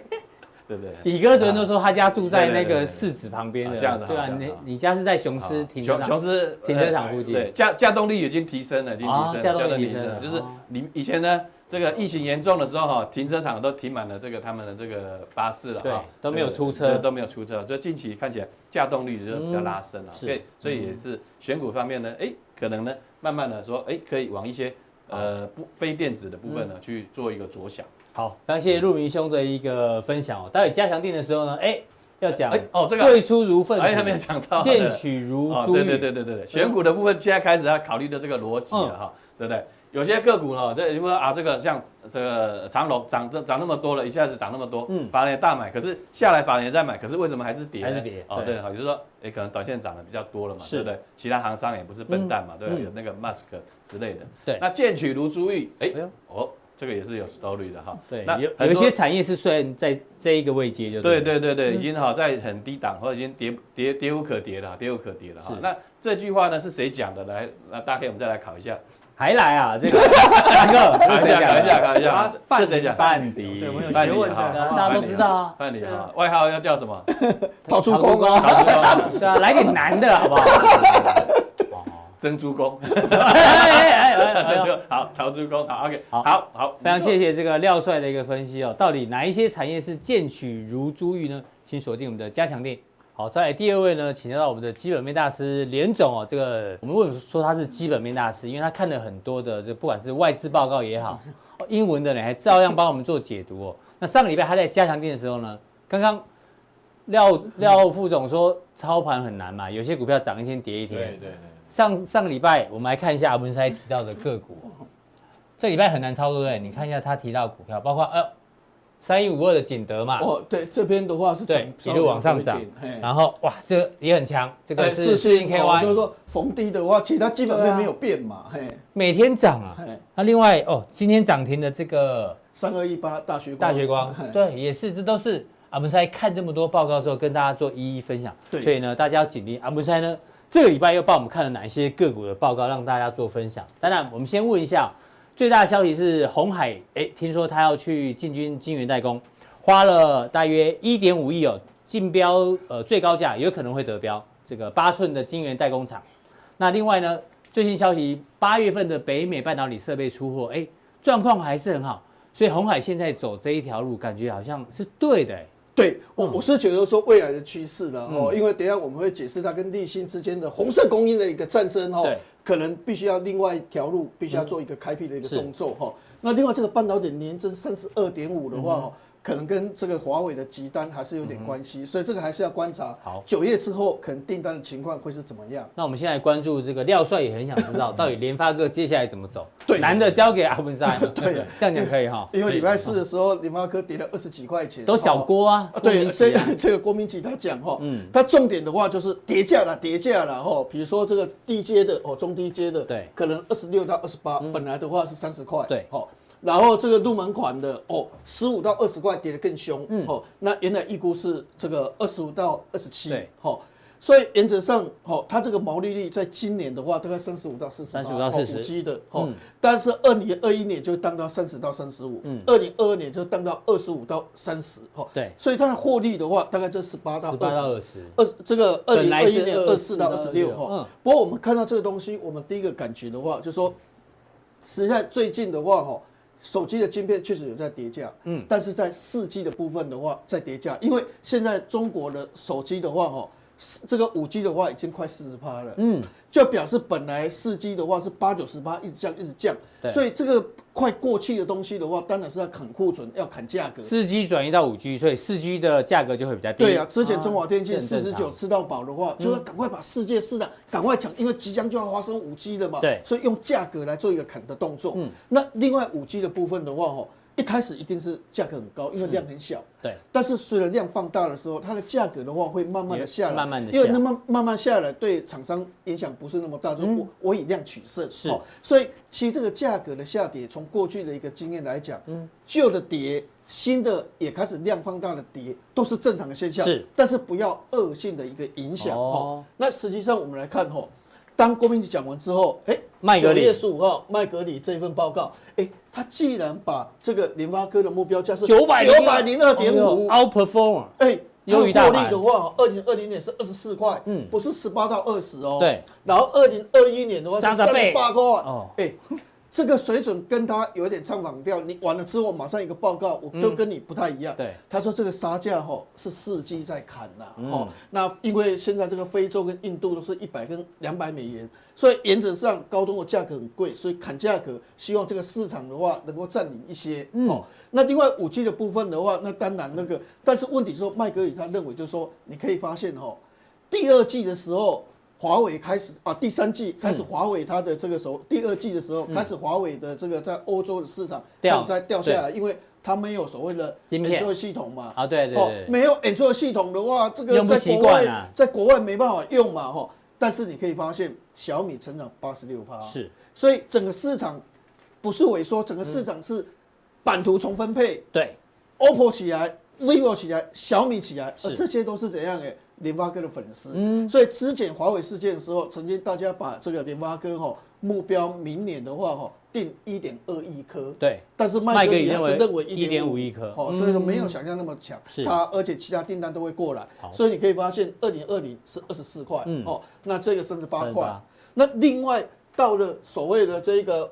S3: 对对。
S2: 李哥昨天都说他家住在
S3: 对对
S2: 那
S3: 对对
S2: 个
S3: 对
S2: 市子旁边的，
S3: 啊这样子啊
S2: 对啊，
S3: 这样子
S2: 你
S3: 啊
S2: 你家是在雄狮停车
S3: 雄
S2: 场，
S3: 雄狮
S2: 停车场附近
S3: 呃对，驾驾动力已经提升了，已经提
S2: 哦
S3: 升了，
S2: 驾动力提升了
S3: 就是
S2: 哦
S3: 你以前呢，这个疫情严重的时候哈，停车场都停满了这个他们的这个巴士了，
S2: 对
S3: 哈
S2: 都没有
S3: 对
S2: 出车
S3: 对都没有出车，就近期看起来驾动率就比较拉升
S2: 嗯
S3: 了，所以
S2: 是
S3: 所以也是选股方面呢，哎，可能呢，慢慢的说，哎，可以往一些呃不非电子的部分呢
S2: 嗯
S3: 去做一个着想。
S2: 好，非常谢谢陆明兄的一个分享哦。待会加强定的时候呢，哎，要讲
S3: 哎哦这个
S2: 贵出如粪土，
S3: 哎，还没有讲到
S2: 见
S3: 对
S2: 取如
S3: 哦，
S2: 珠
S3: 对
S2: 玉，
S3: 对对对对对，选股的部分现在开始要考虑的这个逻辑
S2: 嗯
S3: 了哈，对不对？有些个股呢，这因为啊，这个像这个长隆涨这涨那么多了，一下子涨那么多，
S2: 嗯
S3: 嗯，法人也大买，可是下来法人也在买，可是为什么还是跌呢？
S2: 还是跌
S3: 哦，
S2: 对
S3: 对，好，就是说，哎，可能短线涨的比较多了嘛，
S2: 是
S3: 对不对？其他行商也不是笨蛋嘛，对吧？
S2: 嗯
S3: 有那个 Mask 之类的，
S2: 对
S3: 那见取如珠玉，哎
S2: 哎呦，
S3: 哦，这个也是有 story 的哈，
S2: 对，
S3: 那
S2: 有
S3: 很
S2: 有一
S3: 多
S2: 些产业是虽然在这一个位阶，就
S3: 对
S2: 了
S3: 对对对，已经哈在很低档，或者已经跌跌跌无可跌了，跌无可跌了哈
S2: 是。
S3: 那这句话呢是谁讲的？来，那大概我们再来考一下，
S2: 还来啊， 这个哪个？
S3: 考
S2: 这
S3: 一
S2: 谁
S3: 下，
S2: 讲的
S3: 考一下，考一下
S5: 啊，
S3: 这谁讲？
S2: 范迪，
S5: 对我有
S3: 范
S5: 学
S3: 蠡
S5: 问的
S3: 哈
S5: 好不好
S2: 大家都知道啊
S3: 范蠡哈，嗯外号要叫什么？
S4: 逃出宫啊！
S3: 唐珠 公
S2: 是啊，来点男的 好不好？
S3: 珍珠 公，
S2: 哎哎哎哎哎
S3: 珍
S2: 哎
S3: 珠好，陶珠公好，OK，
S2: 好
S3: 好好，
S2: 非常谢谢这个廖帅的一个分析哦，到底哪一些产业是见取如珠玉呢？请锁定我们的加强店。好，再来第二位呢，请教到我们的基本面大师连总哦。这个我们为什么说他是基本面大师？因为他看了很多的，这不管是外资报告也好，哦英文的呢，还照样帮我们做解读哦。那上个礼拜他在加强店的时候呢，刚刚廖廖副总说操盘很难嘛，有些股票涨一天跌一天。
S3: 对，
S2: 上上个礼拜我们来看一下文塞提到的个股哦，这礼拜很难操作对不对？你看一下他提到的股票，包括呃三一五二的景德嘛，
S4: 哦，对，这边的话是涨
S2: 啊对
S4: 稍
S2: 一
S4: 微
S2: 路往上涨
S4: 多一点嘿
S2: 然后哇，这个也很强，这
S4: 哎
S2: 个是
S4: 四星
S2: K
S4: 哦
S2: Y，
S4: 就是说逢低的话，其他基本
S2: 对啊
S4: 面没有变嘛，嘿，
S2: 每天涨啊
S4: 嘿。
S2: 那另外哦，今天涨停的这个
S4: 三二一八大学嗯
S2: 大学光
S4: 嘿，
S2: 对，也是，这都是阿文塞看这么多报告之后跟大家做一一分享。
S4: 对
S2: 所以呢，大家要紧盯阿文塞呢，这个礼拜又帮我们看了哪一些个股的报告，让大家做分享。当然，我们先问一下，最大的消息是红海，哎，听说他要去进军金源代工，花了大约一点五亿哦，竞标呃最高价有可能会得标这个八寸的金源代工厂。那另外呢，最新消息，八月份的北美半导体设备出货，哎，状况还是很好，所以红海现在走这一条路，感觉好像是对的、哎
S4: 对我我是觉得说未来的趋势了
S2: 嗯
S4: 哦，因为等一下我们会解释它跟立新之间的红色供应的一个战争哦
S2: 对，
S4: 可能必须要另外一条路必须要做一个开辟的一个
S2: 是嗯
S4: 动作哈。那另外这个半导体年增三十二点五的话哦，可能跟这个华为的急单还是有点关
S2: 嗯
S4: 系，所以这个还是要观察。
S3: 好
S4: 九月之后可能订单的情况会是怎么样？
S2: 那我们现在关注这个廖帅也很想知道，到底联发哥接下来怎么走？
S4: 对
S2: 难的交给阿文山，
S4: 对
S2: 这样讲可以哈，
S4: 因为礼拜四的时候，联发科跌了二十几块
S2: 嗯
S4: 钱，
S2: 都小
S4: 哦
S2: 锅啊
S4: 啊，，
S2: 郭
S4: 对，
S2: 明
S4: 这
S2: 奇
S4: 个
S2: 啊
S4: 这个郭明奇他讲哈，
S2: 嗯
S4: 嗯，他重点的话就是叠价了，叠价了哈。比如说这个低阶的哦，中低阶的，
S2: 对
S4: 可能二十六到二十八，本来的话是三十块，
S2: 对
S4: 好。然后这个入门款的哦，十五到二十块跌得更凶，哦，那原来预估是这个二十五到二十七，
S2: 对
S4: 哦，所以原则上，哦，它这个毛利率在今年的话，大概三十五到四十，
S2: 35到40
S4: G 的，
S2: 嗯
S4: 哦，但是二零二一年就tăng到三十到三十五，二零二二年就tăng到二十五到三十，哦，
S2: 嗯对
S4: 所以它的获利的话，大概就十八到
S2: 十八到
S4: 二
S2: 二
S4: 十。
S2: 十，
S4: 二这个二
S2: 本
S4: 零
S2: 来
S4: 二
S2: 是
S4: 一年二四到二十
S2: 26
S4: 六
S2: 嗯
S4: 哈，不过我们看到这个东西，我们第一个感觉的话，就说，实在最近的话哈，手机的晶片确实有在叠价，嗯，但是在四 G 的部分的话在叠价，因为现在中国的手机的话哈，是这个五 G 的话已经快四十趴了，嗯，就表示本来四 G 的话是八九十趴，一直降一直降
S2: 对，
S4: 所以这个快过去的东西的话，当然是要砍库存，要砍价格，
S2: 四 G 转移到五 G，所以四 G 的价格就会比较低。
S4: 对呀、之前中华电
S2: 啊
S4: 信
S2: 这
S4: 四
S2: 很
S4: 十
S2: 正
S4: 九
S2: 常嗯
S4: 吃到饱的话，就要赶快把世界市场赶快抢，因为即将就要发生五 G 了嘛。
S2: 对嗯
S4: 所以用价格来做一个砍的动作。那另外五 G 的部分的话，哦，一开始一定是价格很高，因为量很小。
S2: 对，
S4: 但是随着量放大的时候，它的价格的话会慢慢的下来，
S2: 也慢慢地
S4: 因为
S2: 下
S4: 那么慢慢下来，对厂商影响不是那么大，就我、我以量取胜，
S2: 嗯
S4: 哦
S2: 是
S4: 所以其实这个价格的下跌，从过去的一个经验来讲，
S2: 嗯
S4: 旧的跌，新的也开始量放大的跌，都是正常的现象，
S2: 是，
S4: 但是不要恶性的一个影响
S2: 哦
S4: 哦。那实际上我们来看哦，当郭明奇讲完之后，哎、
S2: 麦格
S4: 九
S2: 理
S4: 月十五号，麦格里这一份报告，哎、他既然把这个联发科的目标价是
S2: 九百哦
S4: 九百零二点五，
S2: ，outperform，
S4: 哎，它
S2: 优于
S4: 的
S2: 大
S4: 获
S2: 盘
S4: 利的话，二零二零年是二十四块，
S2: 嗯
S4: 嗯，不是十八到二十哦。
S2: 对。
S4: 然后二零二一年的话是
S2: 30
S4: 三
S2: 倍
S4: 十八块，
S2: 哦
S4: 哦，哎，这个水准跟他有点唱反调。你完了之后马上一个报告，我就跟你不太一样。
S2: 对
S4: 他说这个杀价哈是四 G 在砍呐，哦，那因为现在这个非洲跟印度都是一百跟两百美元，所以原则上高通的价格很贵，所以砍价格，希望这个市场的话能够占领一些，哦，那另外五 G 的部分的话，那当然那个，但是问题是说麦格尔他认为就是说你可以发现哈、哦，第二季的时候。华为开始啊，第三
S2: 嗯
S4: 季开始，华为它的这个时候，第二季的时候开始，华为的这个在欧洲的市场开
S2: 掉
S4: 始在掉下来，因为它没有所谓的
S2: 芯片
S4: Android 系统嘛，
S2: 啊，对对
S4: 哦
S2: 对，，
S4: 没有 Android 系统的话，这个
S2: 用不
S4: 在
S2: 习
S4: 国
S2: 惯
S4: 外、
S2: 啊
S4: 在国外没办法用嘛，哈、但是你可以发现，小米成长八十六趴，
S2: 是，
S4: 所以整个市场不是萎缩，整个市场是版图重分配、
S2: 对，
S4: o p p o 起来，vivo 起来，小米起来，呃
S2: 是
S4: 而这些都是怎样哎，联发科的粉丝。嗯，所以之前华为事件的时候，曾经大家把这个联发科哈、目标明年的话哈、定一点二亿颗，
S2: 对，
S4: 但是麦格里
S2: 麦格
S4: 还
S2: 里
S4: 是
S2: 认
S4: 认
S2: 为
S4: 为一点
S2: 1.5
S4: 五
S2: 亿颗嗯
S4: 哦，所以说没有想象那么强
S2: 是
S4: 差，而且其他订单都会过来
S2: 好，
S4: 所以你可以发现二零二零是二十四块
S2: 嗯
S4: 哦，那这个三十八块
S2: 38，
S4: 那另外到了所谓的这个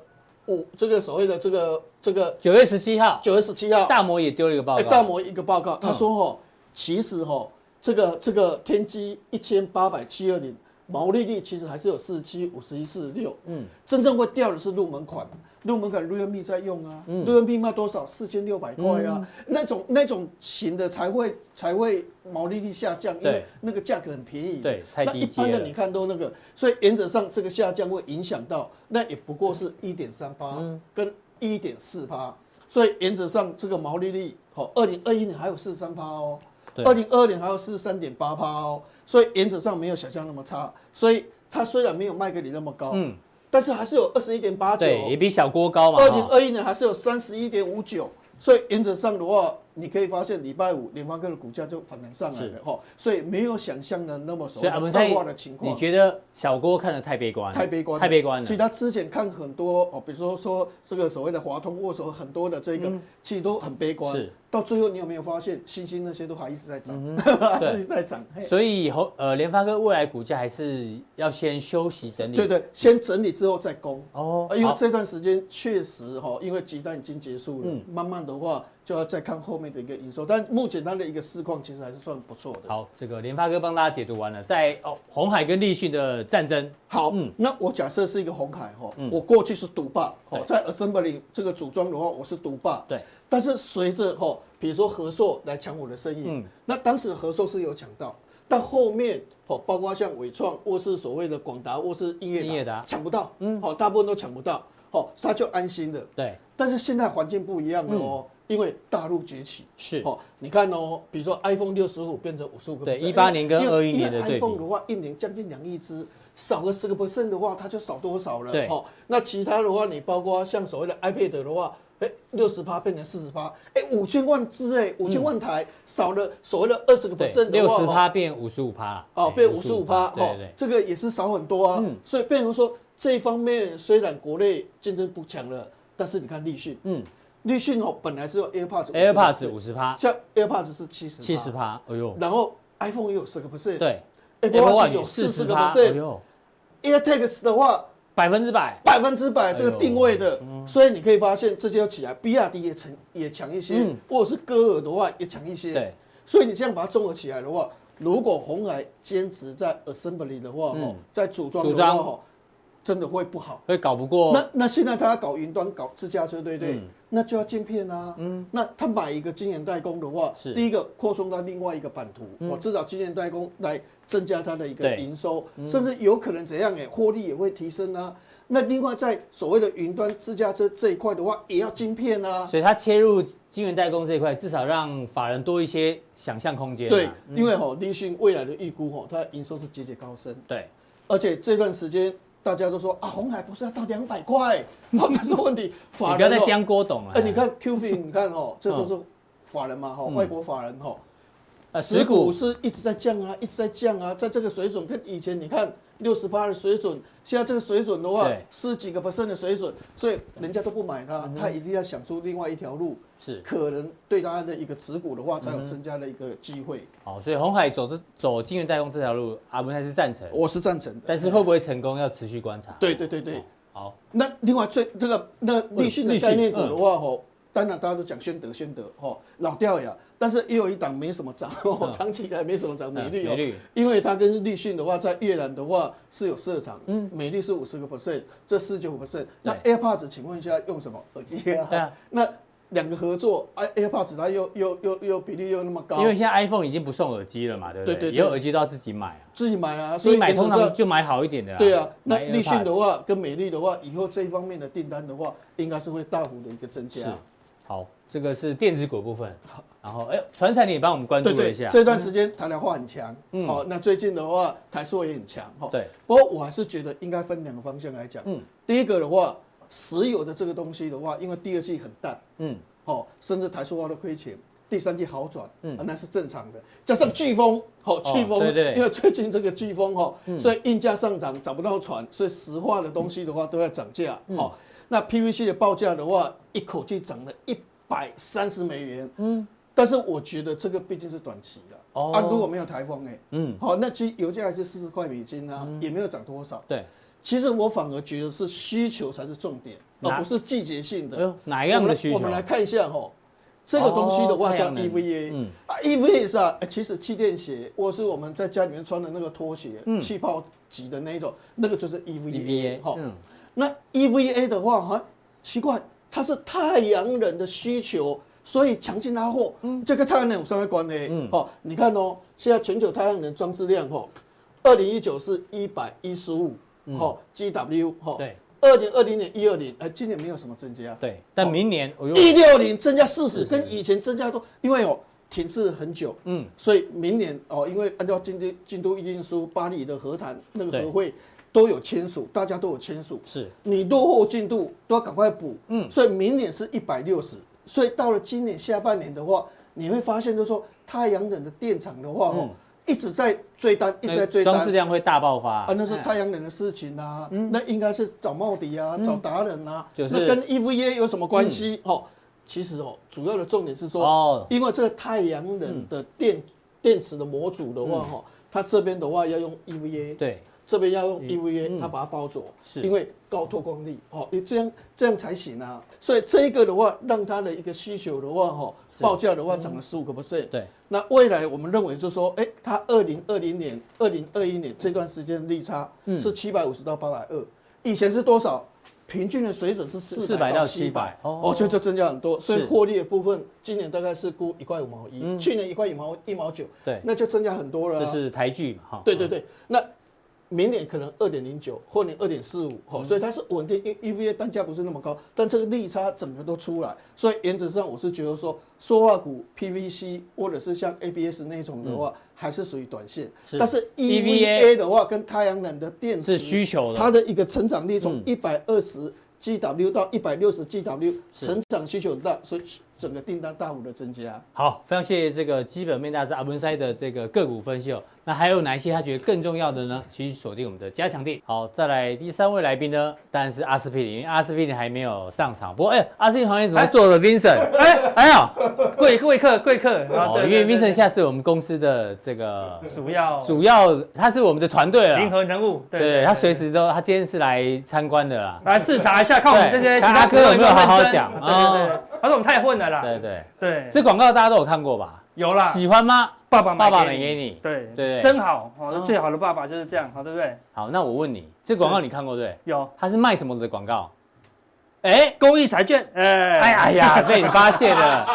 S4: 五，这个所谓的这个这个
S2: 九月十七号，
S4: 九月十七号，
S2: 大摩也丢了一个报
S4: 哎，
S2: 告，嗯
S4: 大摩一个报告，他说哦，其实哦，这个这个天玑一千八百七二零毛利率其实还是有四七、五十一、四十六，嗯，真正会掉的是入门款，入门款 Realme 在用啊，Realme
S2: 嗯
S4: 卖多少？四千六百块啊，那种那种型的才会才会毛利率下降，因
S2: 对
S4: 为那个价格很便宜，
S2: 对太
S4: 那
S2: 低
S4: 一般
S2: 阶
S4: 的
S2: 了
S4: 你看都那个，所以原则上这个下降会影响到，那也不过是一点三八
S2: 嗯
S4: 跟一点四八，所以原则上这个毛利率，好，二零二一年还有四十三趴哦，
S2: 对
S4: 二零二二年还有四十三点八趴哦，所以原则上没有想象那么差，所以它虽然没有卖给你那么高，
S2: 嗯
S4: 但是还是有二十一点八九，哦
S2: 对，也比小锅高嘛，
S4: 二零
S2: 哈
S4: 二一年还是有三十一点五九，所以原则上的话，你可以发现礼拜五联发科的股价就反弹上来了哈，所以没有想象的那么所
S2: 所以
S4: 谓
S2: 阿
S4: 的
S2: 文
S4: 恶
S2: 山
S4: 化的情，况
S2: 你。觉得小锅看得太悲观了，
S4: 太悲观了，
S2: 太悲观
S4: 其
S2: 了，
S4: 实他之前看很多哦，比如说说这个所谓的华通握手很多的这个，其实都很悲观。
S2: 嗯是，嗯
S4: 到最后你有没有发现，星星那些都还一直在涨，
S2: 对
S4: 还是一直在涨。嘿
S2: 所以以后呃，联发科未来股价还是要先休息整理，
S4: 对对，先整理之后再攻。
S2: 哦
S4: 啊，因为
S2: 好嗯
S4: 这段时间确实哈，因为集单已经结束了，慢慢的话，就要再看后面的一个营收。但目前它的一个市况其实还是算不错的。
S2: 好，这个联发哥帮大家解读完了，在哦红海跟立讯的战争，
S4: 好，
S2: 嗯
S4: 那我假设是一个红海哈
S2: 嗯，
S4: 我过去是独霸，哦
S2: 对，
S4: 在 assembly 这个组装的话，我是独霸，
S2: 对。
S4: 但是随着哈，比如说合硕来抢我的生意，
S2: 嗯
S4: 那当时合硕是有抢到，但后面哦，包括像伟创或是所谓的广达或是英
S2: 英
S4: 业
S2: 业
S4: 达
S2: 达
S4: 抢不到，
S2: 嗯
S4: 嗯，好，大部分都抢不到，哦，他就安心了。
S2: 对，
S4: 但是现在环境不一样了哦，因为大陆崛起。
S2: 嗯是
S4: 哦，你看哦，比如说 iPhone 六十五变成五十五个，
S2: 对18年跟
S4: 因为
S2: 21年的对比
S4: 因为 iPhone 的话，一年将近两亿只，少个十个 percent 的话，它就少多少了？
S2: 对
S4: 哦，那其他的话，你包括像所谓的 iPad 的话。哎，六十趴变成四十趴，哎，五千万只哎，五千万台、少了所谓的二十个
S2: 嗯对
S4: percent 的
S2: 六
S4: 话，
S2: 十
S4: 哦
S2: 趴变五十哎五趴啦
S4: 哦，
S2: 对
S4: 被五十五趴，
S2: 对
S4: 哦
S2: 对，对，
S4: 这个也是少很多啊。
S2: 嗯
S4: 所以变成说这一方面，虽然国内竞争不强了，但是你看立讯，
S2: 嗯
S4: 立讯哦本来是有 AirPods
S2: ，AirPods
S4: 50%
S2: 五十趴，
S4: 像 AirPods 是七十，
S2: 七十，趴，哎呦，
S4: 然后 iPhone 也有十个 percent，
S2: 对
S4: ，Apple Watch 有四
S2: 40%
S4: 十个
S2: 哎
S4: percent，AirTags
S2: 呦，
S4: 的话
S2: 百分之百，
S4: 百分之百这个
S2: 哎呦
S4: 定位的，所以你可以发现这些要起来，比亚迪也强也强一些
S2: 嗯，
S4: 或者是歌尔的话也强一些，
S2: 对，
S4: 所以你这样把它综合起来的话，如果红海坚持在 assembly 的话，哦
S2: 嗯，
S4: 在组装的
S2: 组
S4: 话，
S2: 装
S4: 哦，真的会不好。
S2: 会搞不过
S4: 那那现在他要搞云端、搞自驾车，对不
S2: 哦
S4: 对？
S2: 嗯
S4: 那就要晶片啊。嗯，那他买一个晶圆代工的话，
S2: 是嗯
S4: 第一个扩充到另外一个版图，哦，至少晶圆代工来增加它的一个
S2: 对嗯
S4: 营收，甚至有可能怎样哎，获利也会提升啊。那另外在所谓的云端自驾车这一块的话，也要晶片啊。
S2: 所以它切入晶圆代工这一块，至少让法人多一些想象空间啊。
S4: 对，因为吼、立讯未来的预估吼、哦它的营收是节节高升。
S2: 对，
S4: 而且这段时间大家都说啊，红海不是要到两百块， 好，但是问题
S2: 你
S4: 法
S2: 不要
S4: 人、
S2: 再
S4: 哦、
S2: 颠锅董了。
S4: 哎，你看 QF，你看哦，这就
S2: 嗯
S4: 是法人嘛，哈，
S2: 嗯
S4: 外国法人哈，
S2: 呃，
S4: 持
S2: 持
S4: 股
S2: 股
S4: 是一直在降啊，一直在降啊，在这个水准跟以前你看六十八的水准，现在这个水准的话
S2: 对，嗯
S4: 十几个 percent 的水准，所以人家都不买它，他一定要想出另外一条路，
S2: 是
S4: 可能对它的一个持股的话，才有增加的一个机会。
S2: 好，所以红海走这走晶圆代工这条路，阿文还是赞成，
S4: 我是赞成的，
S2: 但是会不会成功要持续观察。
S4: 对对对对
S2: 哦。好，嗯
S4: 那另外最这个那立讯的
S2: 立讯嗯
S4: 概念股的话，吼、当然大家都讲宣德宣德，吼、老掉牙，但是也有一档没什么涨， 吼、
S2: 嗯
S4: 长期以来没什么涨，美
S2: 嗯
S4: 绿哦
S2: 美，绿
S4: 因为它跟立讯的话，在越南的话是有设厂，嗯，美绿是五十个 percent，这四九 percent，那 AirPods 请问一下用什么耳机啊？
S2: 对啊
S4: 那两个合作，哎，AirPods 它又又又又比例又那么高，
S2: 因为现在 iPhone 已经不送耳机了嘛，对不
S4: 对对
S2: 对？
S4: 对
S2: 以后耳机都要自己买啊，
S4: 自己买啊，
S2: 自
S4: 所
S2: 己
S4: 以
S2: 买
S4: 原则
S2: 通
S4: 上
S2: 常就买好一点的啦。
S4: 对啊，那
S2: 买
S4: 立讯的
S2: AirPods
S4: 话跟美丽的话，以后这一方面的订单的话，应该是会大幅的一个增加
S2: 是。好，这个是电子股部分。然后，哎，船产你也帮我们关注
S4: 对
S2: 了
S4: 对
S2: 一下，。
S4: 这段时间台量化很强，
S2: 嗯
S4: 哦，那最近的话台塑也很强，哈、哦。
S2: 对，
S4: 不过我还是觉得应该分两个方向来讲，
S2: 嗯
S4: 第一个的话，石油的这个东西的话，因为第二季很淡，
S2: 嗯，
S4: 哦，甚至台塑化都亏钱。第三季好转，
S2: 嗯
S4: 啊，那是正常的。加上飓风，哦，飓风，
S2: 对对嗯
S4: 因为最近这个飓风，哦，所以运价上涨，找不到船，所以石化的东西的话都在涨价，
S2: 嗯
S4: 哦。那 PVC 的报价的话，一口气涨了一百三十美元，嗯。但是我觉得这个毕竟是短期的，
S2: 哦
S4: 啊，如果没有台风，哎，
S2: 嗯，
S4: 好，那其实油价还是四十块美金啊，也没有涨多少。
S2: 对。
S4: 其实我反而觉得是需求才是重点，
S2: 哪
S4: 而不是季节性的
S2: 哎。呦哪一样的需求
S4: 我们来我们来看一下哈，这个东西的
S2: 哦
S4: 话
S2: 太
S4: 叫
S2: 阳能
S4: EVA，
S2: 嗯
S4: 啊 EVA 是啊，哎其实气垫鞋或是我们在家里面穿的那个拖鞋，
S2: 嗯
S4: 气泡级的那一种，那个就是 E EVA
S2: EVA
S4: 哈。
S2: 嗯
S4: 那 EVA 的话哈，奇怪，它是太阳能的需求。所以强劲拉货，
S2: 嗯
S4: 这跟太阳能有相关关系。哦，你看哦，现在全球太阳能装置量哦，二零一九是一百一十五，哦 GW
S2: 嗯
S4: 哦，
S2: 对，
S4: 二零二零年一二零，哎，今年没有什么增加，
S2: 对，但明年，哎呦
S4: 一六零增加四十，跟以前增加多，因为哦停滞很久，
S2: 嗯，
S4: 所以明年哦，因为按照京都京都议定书、巴黎的和谈那个
S2: 对
S4: 和会都有签署，大家都有签署，
S2: 是
S4: 你落后进度都要赶快补，
S2: 嗯
S4: 嗯，所以明年是一百六十，所以到了今年下半年的话，你会发现就是说太阳能的电厂的话哦，一直在追单，一直在追单，
S2: 嗯装置量哎会大爆发嗯
S4: 啊，那是太阳能的事情啊，那应该是找茂迪啊，找达人啊，
S2: 嗯就是嗯
S4: 那跟 EVA 有什么关系？哦，其实哦，主要的重点是说，
S2: 哦嗯
S4: 因为这个太阳哦能的电、电池的模组的话，哈、它这边的话要用 E EVA，
S2: 对，
S4: 这边要用 EVA，它把它包着，
S2: 嗯是
S4: 因为高透光力哦，因为这样这样才行啊。所以这一个的话，让它的一个需求的话，哈，报价的
S2: 嗯
S4: 话涨了十五个 percent。
S2: 对，
S4: 那未来我们认为就是说，哎，它二零二零年、二零二一年这段时间利差
S2: 嗯
S4: 是七百五十到八百二，以前是多少？平均的水准是四
S2: 400
S4: 百
S2: 到
S4: 到七
S2: 700
S4: 百，
S2: 哦
S4: 哦，就就增加很多，所以
S2: 是嗯
S4: 获利的部分今年大概是估一块五毛一，去年一块一毛一毛九，
S2: 对
S4: 那就增加很多了啊。
S2: 这是台剧嘛，哈，
S4: 对对对，那明年可能二点零九，后年二点四五，
S2: 嗯
S4: 好，所以它是稳定，因 EVA 单价不是那么高，但这个利差整个都出来，所以原则上我是觉得说，塑化股 PVC 或者是像 ABS 那种的话，还是属于短线，
S2: 嗯是
S4: 但是
S2: EVA
S4: EVA 的话，跟太阳能的电池
S2: 是需求的嗯
S4: 它的一个成长率从一百二十 GW 到一百六十 GW，成长需求很大，所以整个订单大幅的增加。
S2: 好，非常谢谢这个基本面大师阿文塞的这个个股分析哦。那还有哪一些他觉得更重要的呢？请锁定我们的加强地。好，再来第三位来宾呢，当然是阿司匹林，因为阿司匹林还没有上场。不过，哎、阿司匹林旁边怎么坐着 Vincent？
S5: 哎，
S2: 哎呀，
S5: 贵贵客贵客，
S2: 哦，
S5: 啊对
S2: 因为
S5: 对对
S2: Vincent 现在是我们公司的这个
S5: 主要
S2: 主要，他是我们的团队
S5: 联
S2: 了。
S5: 合人物，
S2: 对，他随时都，他今天是来参观的啦。
S5: 来视察一下，看我们这些
S2: 对看阿哥有没有好好讲
S5: 对对对，他说我们太混了啦，
S2: 对对，
S5: 对，啊
S2: 这广告大家都有看过吧？
S5: 有啦，
S2: 喜欢吗？
S5: 爸爸
S2: 爸爸买
S5: 买
S2: 给你
S5: 对
S2: 对
S5: 真好，
S2: 哦
S5: 哦，最好的爸爸就是这样，好哦对不对？
S2: 好，那我问你，这广告你看过对不对？
S5: 有
S2: 他是卖什么的广告？哎、
S5: 公益彩券，哎
S2: 哎呀哎呀， 被你发现 了，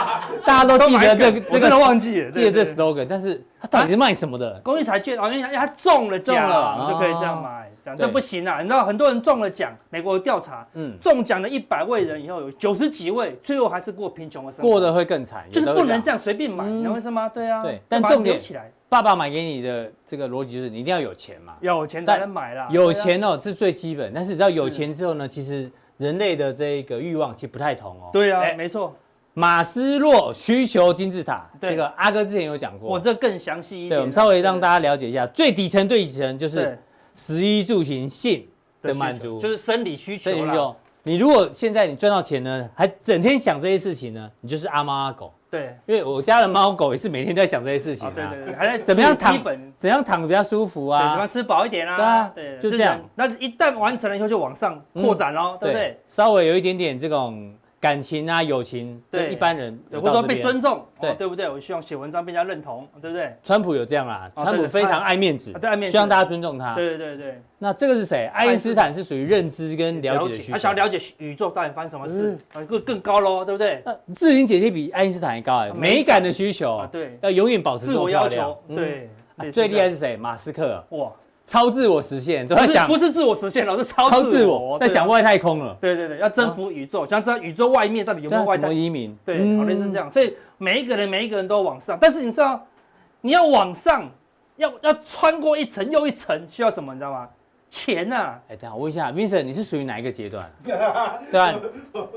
S2: 大家都记得这个
S5: 我
S2: 这
S5: 真的
S2: 个
S5: 忘记了，
S2: 记得
S5: 对啊
S2: 这
S5: 对对
S2: slogan，但是它到底是卖什么的？
S5: 公益彩券，我跟你讲，哎他中了奖
S2: 中了哦
S5: 了，我们就可以这样买，这样这
S2: 对
S5: 不行啊！你知道很多人中了奖，美国有调查，
S2: 嗯，
S5: 中奖的一百位人以后，有九十几位最后还是过贫穷的生活，
S2: 过得会更惨，
S5: 就是
S2: 有时候
S5: 不能这
S2: 样。
S5: 样随便买，
S2: 嗯
S5: 你懂我意思吗？对啊，
S2: 对
S5: 要
S2: 但
S5: 把它
S2: 重点
S5: 留起来，
S2: 爸爸买给你的这个逻辑就是你一定要有钱嘛，
S5: 有钱才能买啦，
S2: 有
S5: 对啊。
S2: 钱哦是最基本，但是你知道有
S5: 是
S2: 钱之后呢，其实人类的这个欲望其实不太同哦。
S5: 对啊
S2: 哎，
S5: 没错，
S2: 马斯洛需求金字塔，
S5: 对
S2: 这个阿哥之前有讲过，
S5: 我这更详细一点
S2: 对，
S5: 啊。
S2: 我们稍微让大
S5: 家
S2: 家了解一下，最底层最底层就是食衣住行性的满足，
S5: 就是生理需
S2: 所以
S5: 求啦。
S2: 就你如果现在你赚到钱呢，还整天想这些事情呢，你就是阿猫阿狗。
S5: 对，
S2: 因为我家的猫狗也是每天在想这些事情
S5: 啊
S2: 啊，
S5: 对对对，还在
S2: 怎么样
S5: 基
S2: 躺
S5: 本。
S2: 怎样躺得比较舒服
S5: 对，怎么
S2: 啊
S5: 样？吃饱一点
S2: 对啊
S5: 啊？对，
S2: 就
S5: 就是
S2: 这样嗯
S5: 人。那一旦完成了以后，就往上扩展喽，对不对？
S2: 稍微有一点点这种感情啊、友情，
S5: 对
S2: 这一般人
S5: 对，
S2: 有
S5: 或者
S2: 到
S5: 说
S2: 这
S5: 被
S2: 边。
S5: 尊重，哦
S2: 对
S5: 对对不对？我希望写文章被人家认同，对不对？
S2: 川普有这样啦，
S5: 哦
S2: 川普
S5: 对对
S2: 非常爱面子
S5: 啊，对爱面子
S2: 希望大家尊重他。
S5: 对对对对，
S2: 那这个是谁？爱因斯坦是属于认知跟了解的需
S5: 他想
S2: 求。嗯
S5: 要了解宇宙到底发生什么事，啊，更更高喽，对不对？
S2: 那志玲姐姐比爱因斯坦还高哎，
S5: 啊
S2: 美感的需求
S5: 啊，，对，
S2: 要永远保持这
S5: 自
S2: 种
S5: 我
S2: 漂
S5: 要
S2: 亮
S5: 求，。对
S2: 啊，
S5: 类似
S2: 最厉害
S5: 这样
S2: 是谁？马斯克，
S5: 哇，
S2: 超自我实现，都
S5: 不
S2: 在
S5: 是
S2: 想
S5: 不是自我实现了，是超
S2: 超
S5: 自
S2: 自
S5: 我
S2: 我，，在
S5: 对啊
S2: 想。外太空了，
S5: 对对对，要征服宇宙，想知道宇宙外面到底有没有
S2: 那
S5: 外
S2: 怎
S5: 太
S2: 么移民？
S5: 对，好类似这样。所以每一个人每一个人都往上，但是你知道，你要往上，要要穿过一层又一层，需要什么？你知道吗？钱呐、啊，
S2: 哎，等一下我问一下，Vincent，你是属于哪一个阶段？啊 对吧？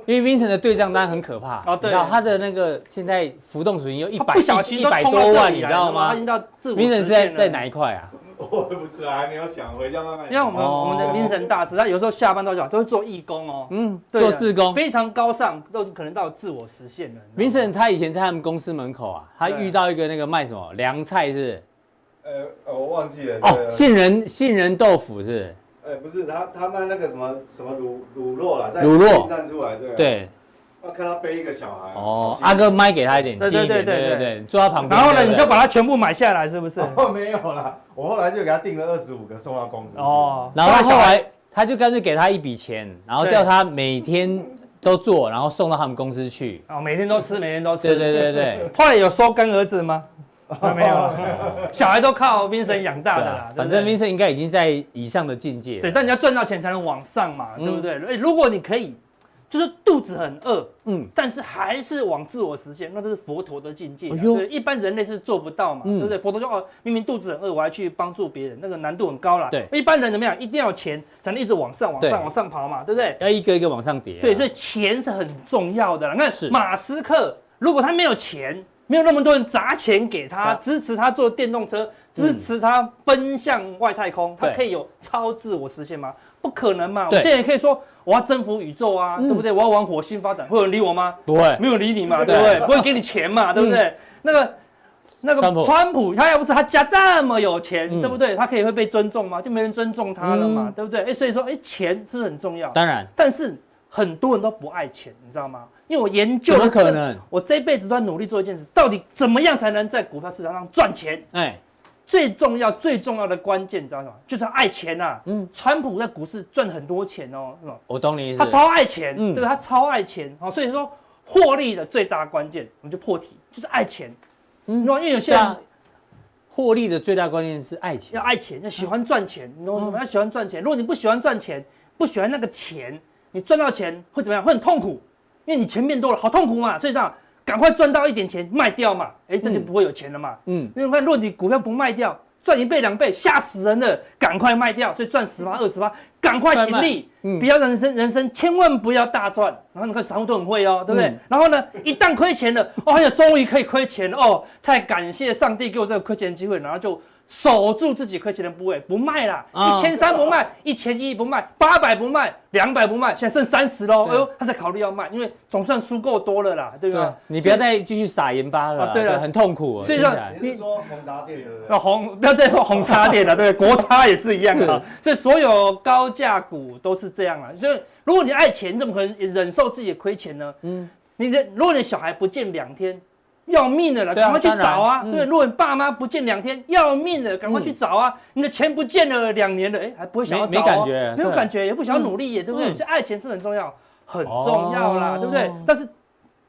S2: 因为 Vincent 的对账单很可怕，
S5: 哦
S2: 你
S5: 对
S2: 知道他的那个现在浮动水平有一
S5: 他
S2: 百
S5: 不小心
S2: 一
S5: 都
S2: 百
S5: 冲到
S2: 多
S5: 这
S2: 万，你
S5: 里
S2: 知
S5: 来
S2: 道
S5: 了吗？
S2: 吗
S5: 他已经到自我
S2: ？Vincent
S5: 实
S2: 是在
S5: 现
S2: 在
S5: 了。
S2: 哪一块啊？
S6: 我也不知道，还没有想回家慢慢
S5: 你看我们
S2: 哦
S5: 我们的 Vincent 大师，他有时候下班都讲都是做义工哦，
S2: 嗯，
S5: 对
S2: 做
S5: 啊
S2: 志工。
S5: 非常高尚，都可能到自我实现了。你知道
S2: Vincent
S5: 吗
S2: 他以前在他们公司门口啊，他
S5: 对
S2: 遇到一个那个卖什么凉菜是不是？
S6: 呃呃，我忘记了。
S2: 哦，
S6: 是。
S2: 杏仁杏仁豆腐是不是？
S6: 呃，不是，他他卖那个什么什么卤卤肉啦，在
S2: 卤肉
S6: 地站出来，对。。
S2: 对，
S6: 我看他背一个小孩。
S2: 哦
S6: 好，心
S2: 阿哥麦给他一点，
S5: 啊对
S2: 近一点，
S5: 对对
S2: 对
S5: 对
S2: 对对，坐他旁边。
S5: 然后呢，
S2: 对不对
S5: 你就把它全部买下来，是不是？
S6: 哦，没有啦，我后来就给他订了二十五个，送到公司。哦。
S5: 哦，
S2: 然后他后来他就干脆给他一笔钱，然后
S5: 对
S2: 叫他每天都做，然后送到他们公司去。
S5: 哦，每天都吃，每天都吃。
S2: 对对对对，啊
S5: 后来有收干儿子吗？没有了， 小孩都靠 Vincent 养大
S2: 对
S5: 的
S2: 啊
S5: 啦。
S2: 反正
S5: 对不
S2: Vincent 应该已经在以上的境界。
S5: 对对，，但你要赚到钱才能往上嘛，
S2: 嗯
S5: 对不对？哎，如果你可以，就是肚子很饿，
S2: 嗯，
S5: 但是还是往自我实现，那就是佛陀的境界啊。
S2: 哎呦
S5: 对，一般人类是做不到嘛，
S2: 嗯
S5: 对不对？佛陀就哦，明明肚子很饿，我还去帮助别人，那个难度很高啦。
S2: 对
S5: 一般人怎么样？一定要有钱才能一直往上、往
S2: 对
S5: 上、往上跑嘛，对不对？
S2: 要一个一个往上叠啊。
S5: 对，所以钱是很重要的啦。那
S2: 是
S5: 马斯克，如果他没有钱，没有那么多人砸钱给他，
S2: 他
S5: 支持他坐电动车，
S2: 嗯
S5: 支持他奔向外太空，他
S2: 对
S5: 可以有超自我实现吗？不可能嘛！我
S2: 对
S5: 现在也可以说我要征服宇宙啊，
S2: 嗯
S5: 对不对？我要往火星发展，会有人理我吗？
S2: 不会，
S5: 没有理你嘛，
S2: 对嗯
S5: 对不对？不会给你钱嘛，对不对？那个那个
S2: 川普
S5: 川普，他要不是他家这么有钱，
S2: 嗯
S5: 对不对？他可以会被尊重吗？就没人尊重他了嘛，
S2: 嗯
S5: 对不对？哎，所以说，哎，钱是不是很重要？
S2: 当然，
S5: 但是很多人都不爱钱，你知道吗？因为我研究
S2: 怎么
S5: 了
S2: 可
S5: 这
S2: 能？
S5: 我这辈子都在努力做一件事，到底怎么样才能在股票市场上赚钱？
S2: 哎，
S5: 最重要、最重要的关键，你知道什么？就是爱钱呐、
S2: 嗯
S5: 嗯，川普在股市赚很多钱哦，是吧？
S2: 我懂你意思
S5: 他。超爱钱，
S2: 嗯
S5: 对不对？他超爱钱，哦好、所以说获利的最大关键，我们就破题，就是爱钱。嗯，因为有些
S2: 对
S5: 人
S2: 啊，获利的最大关键是爱情
S5: 要。爱钱，要喜欢赚
S2: 嗯
S5: 钱，你懂我什么？要喜欢赚钱。如果你不喜欢赚钱，不喜欢那个钱，你赚到钱会怎么样？会很痛苦，因为你钱变多了，好痛苦嘛。所以这样，赶快赚到一点钱卖掉嘛，哎，这就
S2: 嗯
S5: 不会有钱了嘛。
S2: 嗯，
S5: 因为看，如果你股票不卖掉，赚一倍两倍，吓死人了，赶快卖掉。所以赚十八、二十八，赶快停利，
S2: 嗯
S5: 不要人生人生千万不要大赚。然后你看散户都很会哦，对不对？
S2: 嗯
S5: 然后呢，一旦亏钱了，哦，哎呀，终于可以亏钱了哦，太感谢上帝给我这个亏钱的机会，然后就。守住自己亏钱的部位，不卖啦，
S2: 啊
S5: 一千三不卖，一千一不卖，八百不卖，两百不卖，现在剩三十喽。哎
S2: 对
S5: 呦，他在考虑要卖，因为总算输够多了啦，对不
S2: 对
S5: 对
S2: 啊？，你不要再继续撒盐巴了啦。
S5: 啊对了
S2: 很痛苦哦。
S5: 所以
S2: 听起
S5: 说
S2: 来
S6: 你是说宏达电对不对？
S5: 那红不要再说红叉店了，对不对？ 国差也是一样的，啊所以所有高价股都是这样啊。所以如果你爱钱，你怎么可能忍受自己的亏钱呢？嗯，你的如果你小孩不见两天，要命的了，
S2: 对啊
S5: 赶快去找啊！
S2: 当然嗯嗯
S5: 对，如果你爸妈不见两天，要命的，赶快去找啊！你的钱不见了两年了，哎，还不会想要
S2: 没
S5: 找
S2: 没感
S5: 哦
S2: 觉
S5: 没有
S2: 对
S5: 感觉，也不想要努力耶，对不对？
S2: 嗯
S5: 所以爱钱是很重要，很重要
S2: 哦
S5: 啦，对不对？但是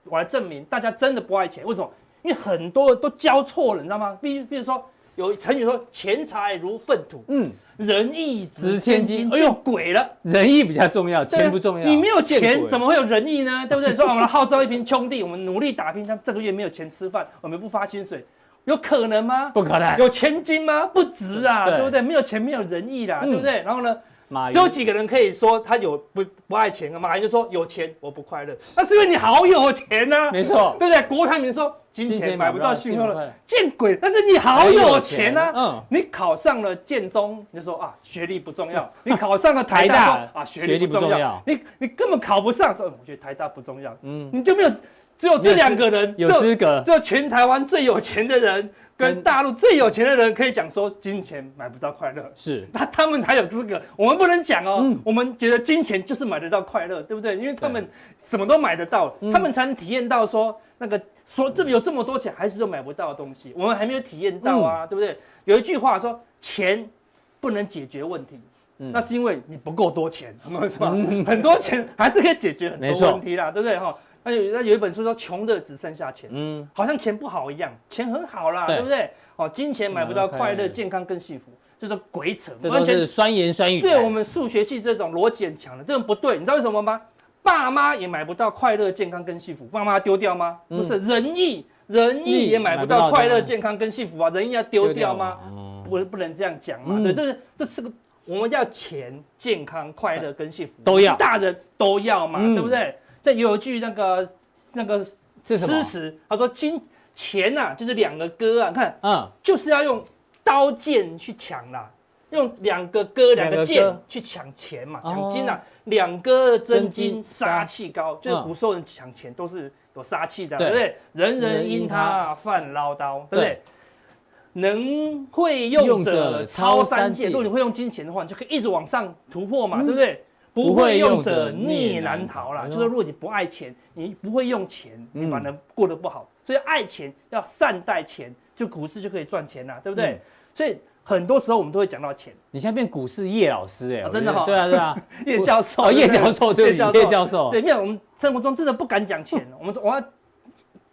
S5: 我来证明，大家真的不爱钱，为什么？因为很多人都教错了，你知道吗？比比如说有成语说“钱财如粪土，
S2: 嗯，
S5: 仁义
S2: 值
S5: 值
S2: 千
S5: 千
S2: 金
S5: 金”，
S2: 哎
S5: 哎
S2: 呦
S5: 呦鬼了！
S2: 仁义比较重要，
S5: 对啊
S2: 钱不重要。
S5: 你没有
S2: 见
S5: 钱
S2: 鬼
S5: 怎么会有仁义 呢？对不对？说啊我们号召一群兄弟，我们努力打拼，但这个月没有钱吃饭，我们不发薪水，有可能吗？
S2: 不可能？
S5: 有千金吗？不值啊，
S2: 对
S5: 对不对？没有钱没有仁义啦，
S2: 嗯啊
S5: 对不对？然后呢，
S2: 马
S5: 只有
S2: 云
S5: 几个人可以说他有不不爱钱啊？马云就说有钱我不快乐，那是因为你好有钱呐、
S2: 没错，
S5: 对不对？郭台铭说金
S2: 金钱
S5: 钱
S2: 买
S5: 买
S2: 不
S5: 不
S2: 到
S5: 到幸福
S2: 幸福快乐
S5: 了，见鬼！但是你好有钱呐、
S2: 很有钱嗯
S5: 你考上了建中，你就说啊学历不重要；你考上了台大
S2: 台大
S5: 啊学
S2: 学历
S5: 历
S2: 不
S5: 不
S2: 重
S5: 重
S2: 要
S5: 要；你你根本考不上，说嗯我觉得台大不重要，
S2: 嗯
S5: 嗯，你就没有只
S2: 没
S5: 有
S2: 有
S5: 这两个人
S2: 有
S5: 只
S2: 资格
S5: 只有全台湾最有钱的人
S2: 跟
S5: 跟大陆最有钱的人可以讲说金钱买不到快乐。
S2: 是
S5: 那他们才有资格，我们不能讲哦。
S2: 嗯
S5: 我们觉得金钱就是买得到快乐，对不对？因为他们什么都买得到，
S2: 嗯
S5: 他们才能体验到说那个说这里有这么多钱，还是都买不到的东西，我们还没有体验到
S2: 嗯
S5: 啊，对不对？有一句话说，钱不能解决问题。
S2: 嗯
S5: 那是因为你不够多钱， 有没有是吧？很多钱还是可以解决很
S2: 没错
S5: 多问题啦，对不对哈？那有那有一本书说“穷的只剩下钱”，
S2: 嗯，
S5: 好像钱不好一样，钱很好啦，
S2: 对嗯
S5: 对不对？哦，金钱买不到快
S2: 买不到快乐
S5: 乐，健康更幸福，这都鬼扯，
S2: 这都是酸言酸语。欸
S5: 对我们数学系这种逻辑很强的，这种不对，你知道为什么吗？爸妈也买不到快乐、健康跟幸福，爸妈丢掉吗？不是，仁义，仁
S2: 义
S5: 义也
S2: 嗯
S5: 买
S2: 买
S5: 不
S2: 不到
S5: 到快乐、
S2: 对
S5: 健康跟幸福啊，仁义要丢掉吗？不不能这样讲嘛，
S2: 哦嗯
S5: 对，这是这是个我们要钱、健康、快乐跟幸福
S2: 都要
S5: 大人都要嘛，
S2: 嗯
S5: 对不对？这有一句那个那个
S2: 这是什么
S5: 诗词，他说金钱呐、啊，就是两个哥啊，看
S2: 嗯，
S5: 就是要用刀剑去抢啦，用两个戈
S2: 两
S5: 两
S2: 个
S5: 个剑
S2: 戈
S5: 去抢钱嘛，
S2: 哦
S5: 抢金啊，两戈争
S2: 争金
S5: 金，
S2: 杀
S5: 杀气高，就是古时候人抢钱都是有杀气的，啊
S2: 对
S5: 哦对不对？人
S2: 人
S5: 人
S2: 因
S5: 因
S2: 他
S5: 他犯唠叨，对不
S2: 对
S5: 对？能会
S2: 用
S5: 用
S2: 者
S5: 者
S2: 超
S5: 超
S2: 三
S5: 三嗯
S2: 界
S5: 界，如果你会用金钱的话，你就可以一直往上突破嘛，对不对？
S2: 不
S5: 不
S2: 会
S5: 会
S2: 用
S5: 用
S2: 者
S5: 者
S2: 逆
S5: 逆
S2: 难
S5: 难
S2: 逃
S5: 逃嗯
S2: 哎
S5: 啦，
S2: 呦
S5: 就是如果你不爱钱，你不会用钱，你
S2: 嗯
S5: 反而过得不好。所以爱钱要善待钱，就股市就可以赚钱啦，对不对？
S2: 嗯
S5: 所以很多时候我们都会讲到钱，
S2: 你现在变股市叶老师哎，
S5: 啊
S2: 我
S5: 真的
S2: 觉得
S5: 哦
S2: 对啊对啊，
S5: 叶教授
S2: 哦，叶
S5: 对不
S2: 教
S5: 对
S2: 授对不起，叶教授，
S5: 对，因为我们生活中真的不敢讲钱，我们我要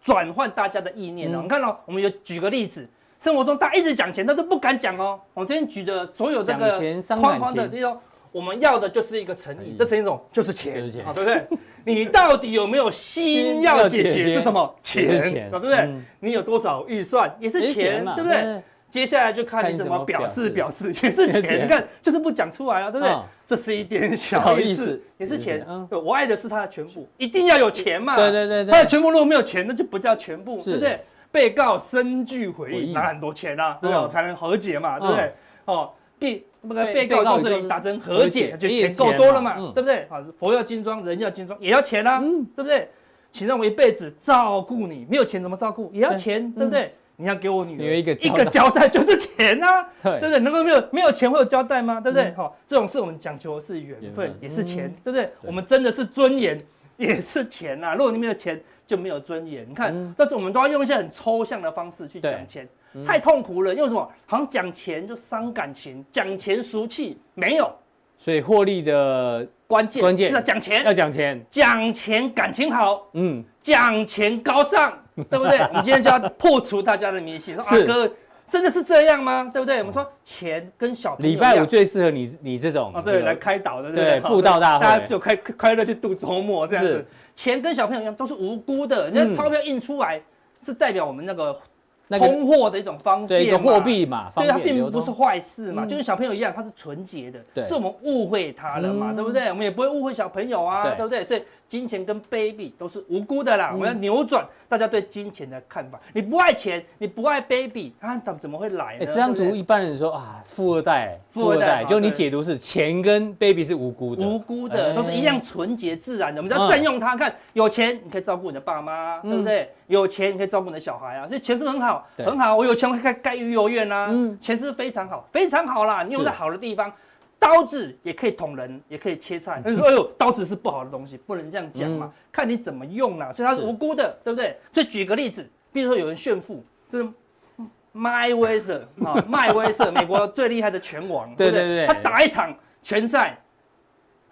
S5: 转换大家的意念哦。
S2: 嗯
S5: 你看哦，我们有举个例子，生活中大家一直讲钱，但都不敢讲哦。我今天举的所有这
S2: 讲钱
S5: 个
S2: 伤感
S5: 框框的，
S2: 情
S5: 就是说我们要的就是一个诚
S2: 诚意
S5: 意，这诚意是什么就是
S2: 就
S5: 钱啊
S2: 是钱，
S5: 好对不对？你到底有没有心
S2: 要
S5: 要
S2: 解
S5: 解
S2: 决
S5: 决是什么
S2: 也是
S5: 钱啊
S2: 钱，
S5: 好对不对
S2: 嗯？
S5: 你有多少预算也
S2: 也是
S5: 是
S2: 钱
S5: 钱
S2: 嘛，嗯
S5: 对不对？
S2: 对
S5: 接下来就看你怎么表示表示， 也是
S2: 也是钱
S5: 钱。你看，就是不讲出来啊，对不对
S2: 嗯？
S5: 这是一点小意
S2: 小意思
S5: 思，也是
S2: 也是
S5: 钱
S2: 嗯。
S5: 对，我爱的是他的全部，一定要有钱嘛。
S2: 对对对对
S5: 他的全部如果没有钱，那就不叫全部，
S2: 是
S5: 对不对？被告深具回
S2: 回忆
S5: 忆，拿很多钱啊，对不
S2: 嗯
S5: 对？才能和解嘛，对不对？哦，被那个
S2: 被
S5: 被
S2: 被告
S5: 告告诉
S2: 就是
S5: 你打成和解
S2: 和解，
S5: 就
S2: 一点
S5: 钱够多了
S2: 钱
S5: 嘛
S2: 嘛嗯，
S5: 对不对？啊，佛要金装，人要金装，也要钱啊，
S2: 嗯
S5: 对不对？请让我一辈子照顾你，没有钱怎么照顾？也要钱，对不对？你你要给我女
S2: 嗯女
S5: 儿
S2: 儿一个
S5: 一
S2: 交
S5: 个
S2: 代
S5: 交代就是钱啊，
S2: 对嗯
S5: 对不对？能够没有没有钱会有交代吗？对不对？好，这种事我们讲求的是缘
S2: 缘分嗯
S5: 分，也是钱，对不对？我们真的是尊严， 也是钱呐。如果你没有钱，就没有尊严。你看，但是我们都要用一些很抽象的方式去
S2: 嗯
S5: 讲
S2: 对嗯
S5: 钱，太痛苦了。用什么？好像讲钱就伤感情，讲钱俗气，没有
S2: 所以获利的
S5: 关键，
S2: 关键
S5: 就是要讲钱
S2: 要，讲钱，
S5: 讲钱感情好，
S2: 嗯，
S5: 讲钱高 尚，对不对？我们今天就要破除大家的迷信，说
S2: 是
S5: 啊哥真的是这样吗？对不对？我们说钱跟小朋友
S2: 礼拜
S5: 一
S2: 五
S5: 样
S2: 最适合你你这种
S5: 哦，
S2: 这
S5: 对，
S2: 个
S5: 来开导的，
S2: 对
S5: 对不对
S2: 布道大会
S5: 大家就快快乐去度周末这样子
S2: 是。
S5: 钱跟小朋友一样都是无辜的，人
S2: 嗯
S5: 家钞票印出来是代表我们那个
S2: 那个
S5: 通货的一种方便
S2: 对一个
S5: 嘛
S2: 货币嘛，方
S5: 对，它
S2: 便
S5: 并
S2: 流
S5: 不
S2: 通
S5: 是坏事嘛，
S2: 嗯
S5: 就跟小朋友一样，他是纯洁的，
S2: 对
S5: 是我们误会他了嘛，
S2: 嗯
S5: 对不对？我们也不会误会小朋友啊，
S2: 对嗯
S5: 对不对？所以金钱跟卑鄙都是无辜的啦，我们要扭转大家对金钱的看法。你不爱钱，你不爱卑鄙，他怎怎么会来
S2: 哎，
S5: 呢？
S2: 这张
S5: 啊对
S2: 图
S5: 不对
S2: 一般人说啊，富二代，
S5: 富二代嘛
S2: 就你
S5: 对
S2: 解读是钱跟 baby 是无辜的，
S5: 无辜
S2: 哎
S5: 的，都是一样纯洁自然的。我们只要
S2: 嗯
S5: 善用它，看有钱你可以照顾你的爸妈，对不对？有钱你可以照顾你的小孩啊，所以钱是不是很好，
S2: 对
S5: 很好。我有钱我可以盖盖育幼院啊，
S2: 嗯
S5: 钱是不是非常好，非常好啦。你用
S2: 是
S5: 在好的地方，刀子也可以捅人，也可以切菜。
S2: 嗯
S5: 你说哎呦，刀子是不好的东西，不能这样讲嘛，看你怎么用啦。所以它是
S2: 是
S5: 无辜的，对不对？所以举个例子，比如说有人炫富，这是。麦威瑟啊，麦威瑟，美国最厉害的拳王，
S2: 对
S5: 不
S2: 对对
S5: 他打一场拳赛，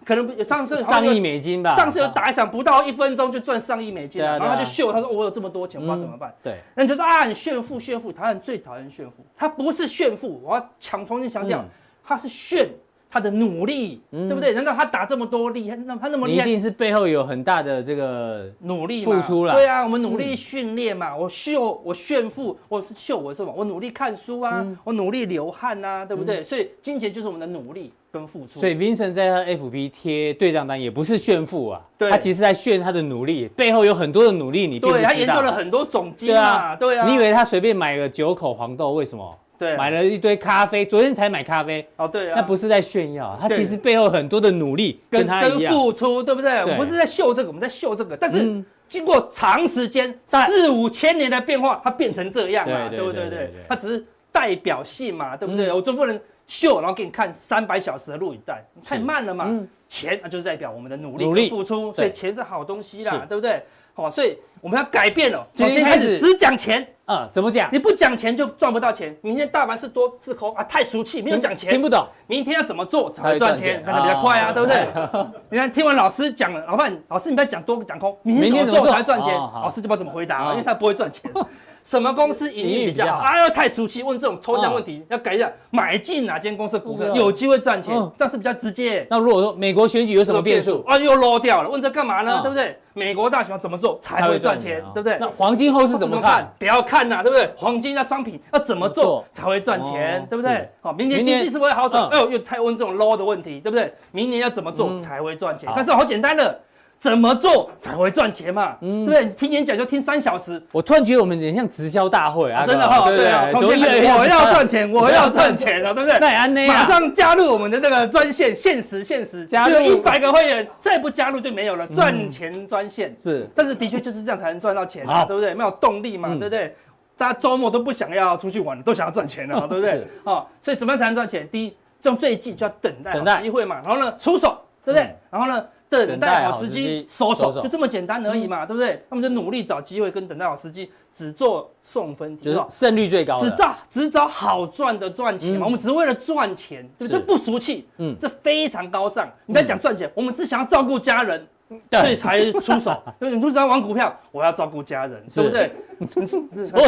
S5: 可能不上次好像
S2: 上
S5: 有
S2: 亿美金吧，啊
S5: 上次有打一场不到一分钟就赚上亿美金
S2: 对啊
S5: 了，
S2: 对啊
S5: 然后他就秀，他说我有这么多钱，我不知
S2: 嗯
S5: 道怎么办。
S2: 对，
S5: 那你就说啊，你炫富炫富，台湾人最讨厌炫富，他不是炫富，我要强重新强调
S2: 嗯，
S5: 他是炫他的努力，对不对？难道他打这么多厉害，那他那么
S2: 你
S5: 厉
S2: 一
S5: 害，
S2: 定是背后有很大的这个
S5: 努力嘛
S2: 付出嗯啦
S5: 对啊，我们努力训练嘛，我秀我炫富，我是秀我是什么？我努力看书啊，
S2: 嗯
S5: 我努力流汗啊，对不对？所以金钱就是我们的努力跟付出。
S2: 所以 Vincent 在他 FB 贴对账单也不是炫富啊，
S5: 对
S2: 他其实在炫他的努力，背后有很多的努力，你并不
S5: 对
S2: 知
S5: 他
S2: 道。
S5: 研究了很多种
S2: 对
S5: 金
S2: 啊，
S5: 啊，对啊，
S2: 你以为他随便买了九口黄豆，为什么？
S5: 对啊
S2: 买了一堆咖啡，昨天才买咖啡，
S5: 哦对啊，
S2: 那不是在炫耀，他
S5: 对
S2: 其实背后很多的努力跟
S5: 跟
S2: 他一
S5: 跟
S2: 样。
S5: 付出，对不对？我
S2: 对
S5: 们不是在秀这个，我们在秀这个，但是
S2: 嗯
S5: 经过长时间
S2: 但
S5: 四五千年的变化，它变成这样嘛，
S2: 对对
S5: 对不
S2: 对
S5: 对？
S2: 对
S5: 对
S2: 对，
S5: 它只是代表性嘛，对不对？
S2: 嗯
S5: 我总不能秀，然后给你看三百小时的录影带，太慢了嘛
S2: 嗯。
S5: 钱那就是代表我们的努
S2: 努力
S5: 力跟付出，所以
S2: 对
S5: 钱是好东西
S2: 是
S5: 啦，对不对？好，所以我们要改变了，
S2: 今
S5: 从
S2: 天
S5: 今天开
S2: 开始
S5: 始只讲钱，
S2: 啊，怎么讲？
S5: 你不讲钱就赚不到钱。明天大盘是多是空啊，太俗气，没有讲钱，
S2: 听不懂。
S5: 明天要怎么做才会赚钱，
S2: 才
S5: 那
S2: 会赚钱
S5: 就比较快
S2: 啊
S5: 啊，对不对？你看听完老师讲了，老板，老师你不要讲多讲空，
S2: 明
S5: 明
S2: 天
S5: 天
S2: 怎
S5: 怎
S2: 么做
S5: 么做才会赚钱？
S2: 哦好
S5: 老师就不知道怎么回答
S2: 哦
S5: 了，因为他不会赚钱。什么公司盈
S2: 盈利
S5: 利
S2: 比
S5: 比较
S2: 较
S5: 好？
S2: 好
S5: 哎呦，太熟悉，问这种抽象
S2: 哦
S5: 问题要改一下，买进哪间公司的股
S2: 股
S5: 票
S2: 票
S5: 有机会赚钱
S2: 嗯，
S5: 这样是比较直接。
S2: 那如果说美国选举有什么变数？
S5: 啊，又 low 掉了，问这干嘛呢
S2: 嗯？
S5: 对不对？美国大选要怎么做才会赚钱
S2: 才会？哦啊
S5: 对不对？
S2: 那黄金后市怎么看？？
S5: 哦不要看呐、对不对？黄金那商品要怎么
S2: 怎么做
S5: 做才会赚钱，
S2: 哦
S5: 对不
S2: 是
S5: 对？好，明年
S2: 明年
S5: 经济是不是会好转
S2: 嗯？
S5: 哎呦，又太问这种 low 的问题，对不对？明年要怎么做
S2: 嗯
S5: 才会赚钱
S2: 好？
S5: 但是好简单的，怎么做才会赚钱嘛？
S2: 嗯
S5: 对不对？你听演讲就听三小时，
S2: 我突然觉得我们很像直销大会啊，
S5: 真的哈，
S2: 对不
S5: 对啊，从
S2: 怎么
S5: 今
S2: 越来
S5: 天
S2: 越
S5: 开始我要
S2: 像
S5: 赚钱，我要赚钱了，对不对？
S2: 那也安内啊
S5: 马上加入我们的这个专线，限时限时，
S2: 加
S5: 只有
S2: 入
S5: 一百个会员，再不加入就没有了，赚钱专线。
S2: 是
S5: 但是的确就是这样才能赚到钱
S2: 好
S5: 啊，对不对？没有动力嘛，
S2: 嗯
S5: 对不对？大家周末都不想要出去玩了，都想要赚钱了，对不
S2: 是
S5: 对？哦，所以怎么样才能赚钱？第一，这种最近就要等待
S2: 等待
S5: 好机会嘛，然后呢出手，对不对
S2: 嗯？
S5: 然后呢
S2: 等
S5: 等
S2: 待
S5: 待
S2: 好
S5: 好时
S2: 时机
S5: 机，收
S2: 收
S5: 手
S2: 手嗯
S5: 就这么简单而已嘛，对不对？那么就努力找机会跟等待好时机，只做送分题，
S2: 就是
S5: 吧
S2: 胜率最高
S5: 只
S2: 的，
S5: 找只找好赚的赚钱嘛，
S2: 嗯
S5: 我们只是为了赚钱，对不
S2: 是
S5: 对？这不俗气，
S2: 嗯
S5: 嗯，这非常高尚。你在讲赚钱，我们只想要照顾家人，所以
S2: 嗯对，
S5: 才出 手。就是你不知道玩股票，我要照顾家人，
S2: 是
S5: 对不 对？
S2: 说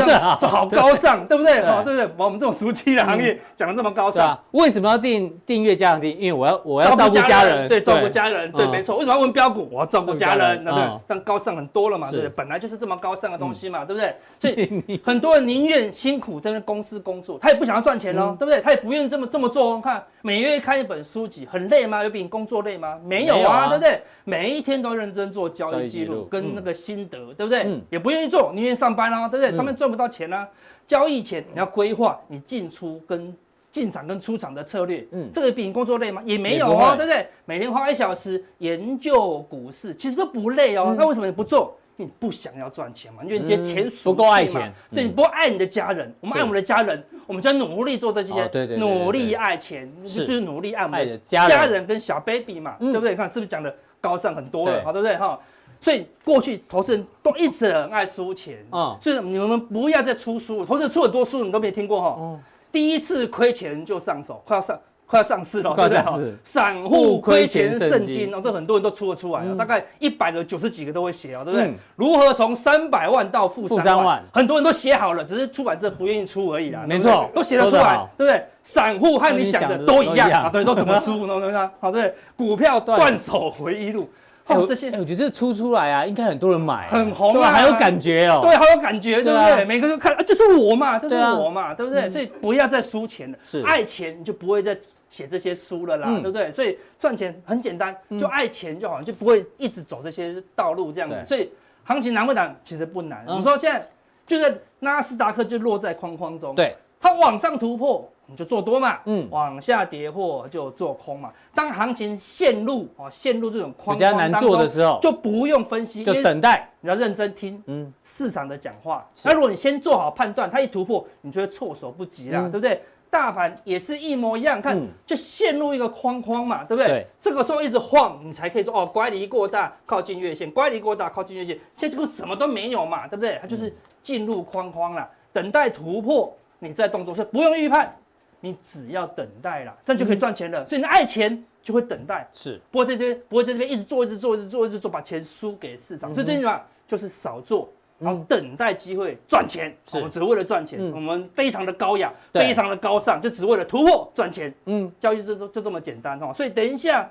S2: 得好
S5: 是好高尚，对不对？
S2: 对嗯
S5: 好，对不对？把我们这种俗气的行业讲的这么高
S2: 对
S5: 尚
S2: 啊，。为什么要订订阅家长订？因为我要我要照顾家人，
S5: 对，照顾家人，对，
S2: 嗯
S5: 没错。为什么要问标股？我要照顾家人，
S2: 照顾
S5: 对
S2: 家
S5: 不对
S2: 人嗯？
S5: 这样高尚很多了嘛，
S2: 是嗯
S5: 对不对？本来就是这么高尚的东西嘛，对 不对？所以很多人宁愿辛苦在那公司工作，他也不想要赚钱
S2: 嗯
S5: 哦，对不对？他也不愿意这么这么做哦。看每月看一本书籍，很累吗？有比你工作累吗？没有
S2: 没有啊
S5: 啊，对不对？每一天都认真做交
S2: 交易
S5: 易记
S2: 记录
S5: 录跟
S2: 嗯
S5: 那个心得，对不对
S2: 嗯？
S5: 也不愿意做，宁愿上班啊，对不对？上班赚不到钱啊。交易前你要规划你进出跟进场跟出场的策略，
S2: 嗯
S5: 嗯，这个比你工作累吗？也没
S2: 也
S5: 有
S2: 不
S5: 哦，
S2: 会嗯
S5: 对不对？每天花一小时研究股市，其实都不累哦。那为什么你不做？因为你不想要赚钱嘛，因为你觉得钱俗
S2: 不够爱
S5: 气嘛
S2: 钱嗯
S5: 对你不够爱你的家人，我们爱我们的家人，我们就要努力做这些
S2: 哦，对对对对
S5: 努力爱钱，
S2: 是
S5: 就是努力爱我
S2: 爱
S5: 们
S2: 的
S5: 的
S2: 家人嗯
S5: 家人跟小 baby 嘛，对不对？你看是不是讲的高尚很多
S2: 对
S5: 了，好，对不对哈？所以过去投资人都一直很爱输钱，
S2: 嗯
S5: 所以你们不要再出书，投资人出很多书，你都没听过
S2: 嗯
S5: 哈。第一次亏钱就上手，快要上快要上市了，
S2: 快要
S5: 对不对哦
S2: 上市
S5: 散户亏钱圣
S2: 户亏钱圣经
S5: 经哦，这很多人都出得出来哦，大概一百的九十几个都会写哦，对不对
S2: 嗯？
S5: 如何从三百万到负
S2: 负
S5: 三
S2: 三万嗯
S5: 万，很多人都写好了，只是出版社不愿意出而已啦。
S2: 没
S5: 对不对
S2: 错
S5: 都写得出
S2: 说得
S5: 来
S2: 好，
S5: 对不对？散户和你想的都一
S2: 跟你想的都一
S5: 样
S2: 样
S5: 啊，对，都怎么输，懂不懂？好，啊对不对，股票断手回忆录，
S2: 哎
S5: 哦
S2: 我，
S5: 这些
S2: 哎我觉得这出出来啊，应该很多人买啊，
S5: 很红啊
S2: 对还有感觉哦。
S5: 对，好有感觉，对
S2: 对
S5: 不
S2: 啊
S5: 对？每个人都看，啊，就是我嘛，这是
S2: 对啊
S5: 我嘛，对不对？所以不要再输钱了，
S2: 是
S5: 爱钱你就不会再写这些书了啦，
S2: 嗯
S5: 对不对？所以赚钱很简单，就爱钱就好，就不会一直走这些道路这样子
S2: 对。
S5: 所以行情难不难？其实不难。
S2: 嗯
S5: 你说现在就在纳斯达克就落在框框中，
S2: 对，
S5: 它往上突破你就做多嘛，
S2: 嗯
S5: 嗯，往下跌破就做空嘛。当行情陷入哦陷入这种框
S2: 比较
S5: 框
S2: 难
S5: 当
S2: 做的
S5: 中
S2: 时候
S5: 就不用分析，因
S2: 就
S5: 为
S2: 等待。
S5: 你要认真听，
S2: 嗯
S5: 嗯，市场的讲话。那如果你先做好判断，它一突破，你就会措手不及啦，
S2: 嗯
S5: 对不对？大盘也是一模一样，看、
S2: 嗯
S5: 就陷入一个框框嘛，对不对？
S2: 对
S5: 这个时候一直晃，你才可以说哦，乖离过大，靠近月线；乖离过大，靠近月线。现在这个什么都没有嘛，对不对？它就是进入框框啦，等待突破，你再动作，所以不用预判，你只要等待啦，这样就
S2: 嗯
S5: 可以赚钱了。所以你爱钱就会等待，
S2: 是
S5: 不会在这边，不会在这边一直做，一直做，一直做，一直做，把钱输给市
S2: 嗯
S5: 场。所以最近啊，就是少做，然后等待机会赚钱。
S2: 是
S5: 我们只为了赚钱，
S2: 嗯
S5: 我们非常的高雅，
S2: 对
S5: 非常的高尚，就只为了突破赚钱。
S2: 嗯
S5: 嗯，交易就就就这么简单哦。所以等一下，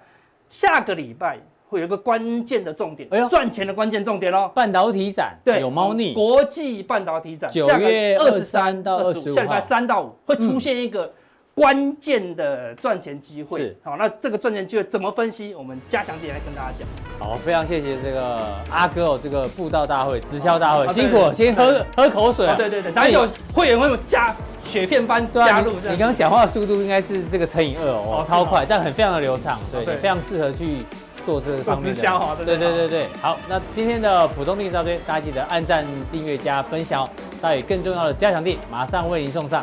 S5: 下个礼拜会有一个关键的重点
S2: 哎呦，
S5: 赚钱的关键重点哦。
S2: 半导体展，
S5: 对，
S2: 有猫腻，
S5: 国际半导体展，
S2: 9
S5: 下个
S2: 月23
S5: 23
S2: 到
S5: 25
S2: 25
S5: 下礼拜
S2: 号嗯
S5: 三到五会出现一个关键的赚钱机会
S2: 是。
S5: 好，那这个赚钱机会怎么分析？我们加强点来跟大家讲。
S2: 好，非常谢谢这个阿哥哦，这个布道大会、直销大会，
S5: 啊
S2: 辛苦了，
S5: 对
S2: 先喝喝口水啊。
S5: 哦对对对，当然有会员会有加雪片般
S2: 对啊
S5: 加入
S2: 你
S5: 这
S2: 你
S5: 样。
S2: 刚刚讲话的速度应该是这个乘以二哦，
S5: 哦
S2: 超
S5: 是吗
S2: 快，但很非常的流畅，对，
S5: 对
S2: 你非常适合去做这个方面的
S5: 做直销哦
S2: 对
S5: 对
S2: 对
S5: 对
S2: 对对对。好，那今天的普通定到这边，大家记得按赞、订阅、加分享哦。那有更重要的加强定，马上为您送上。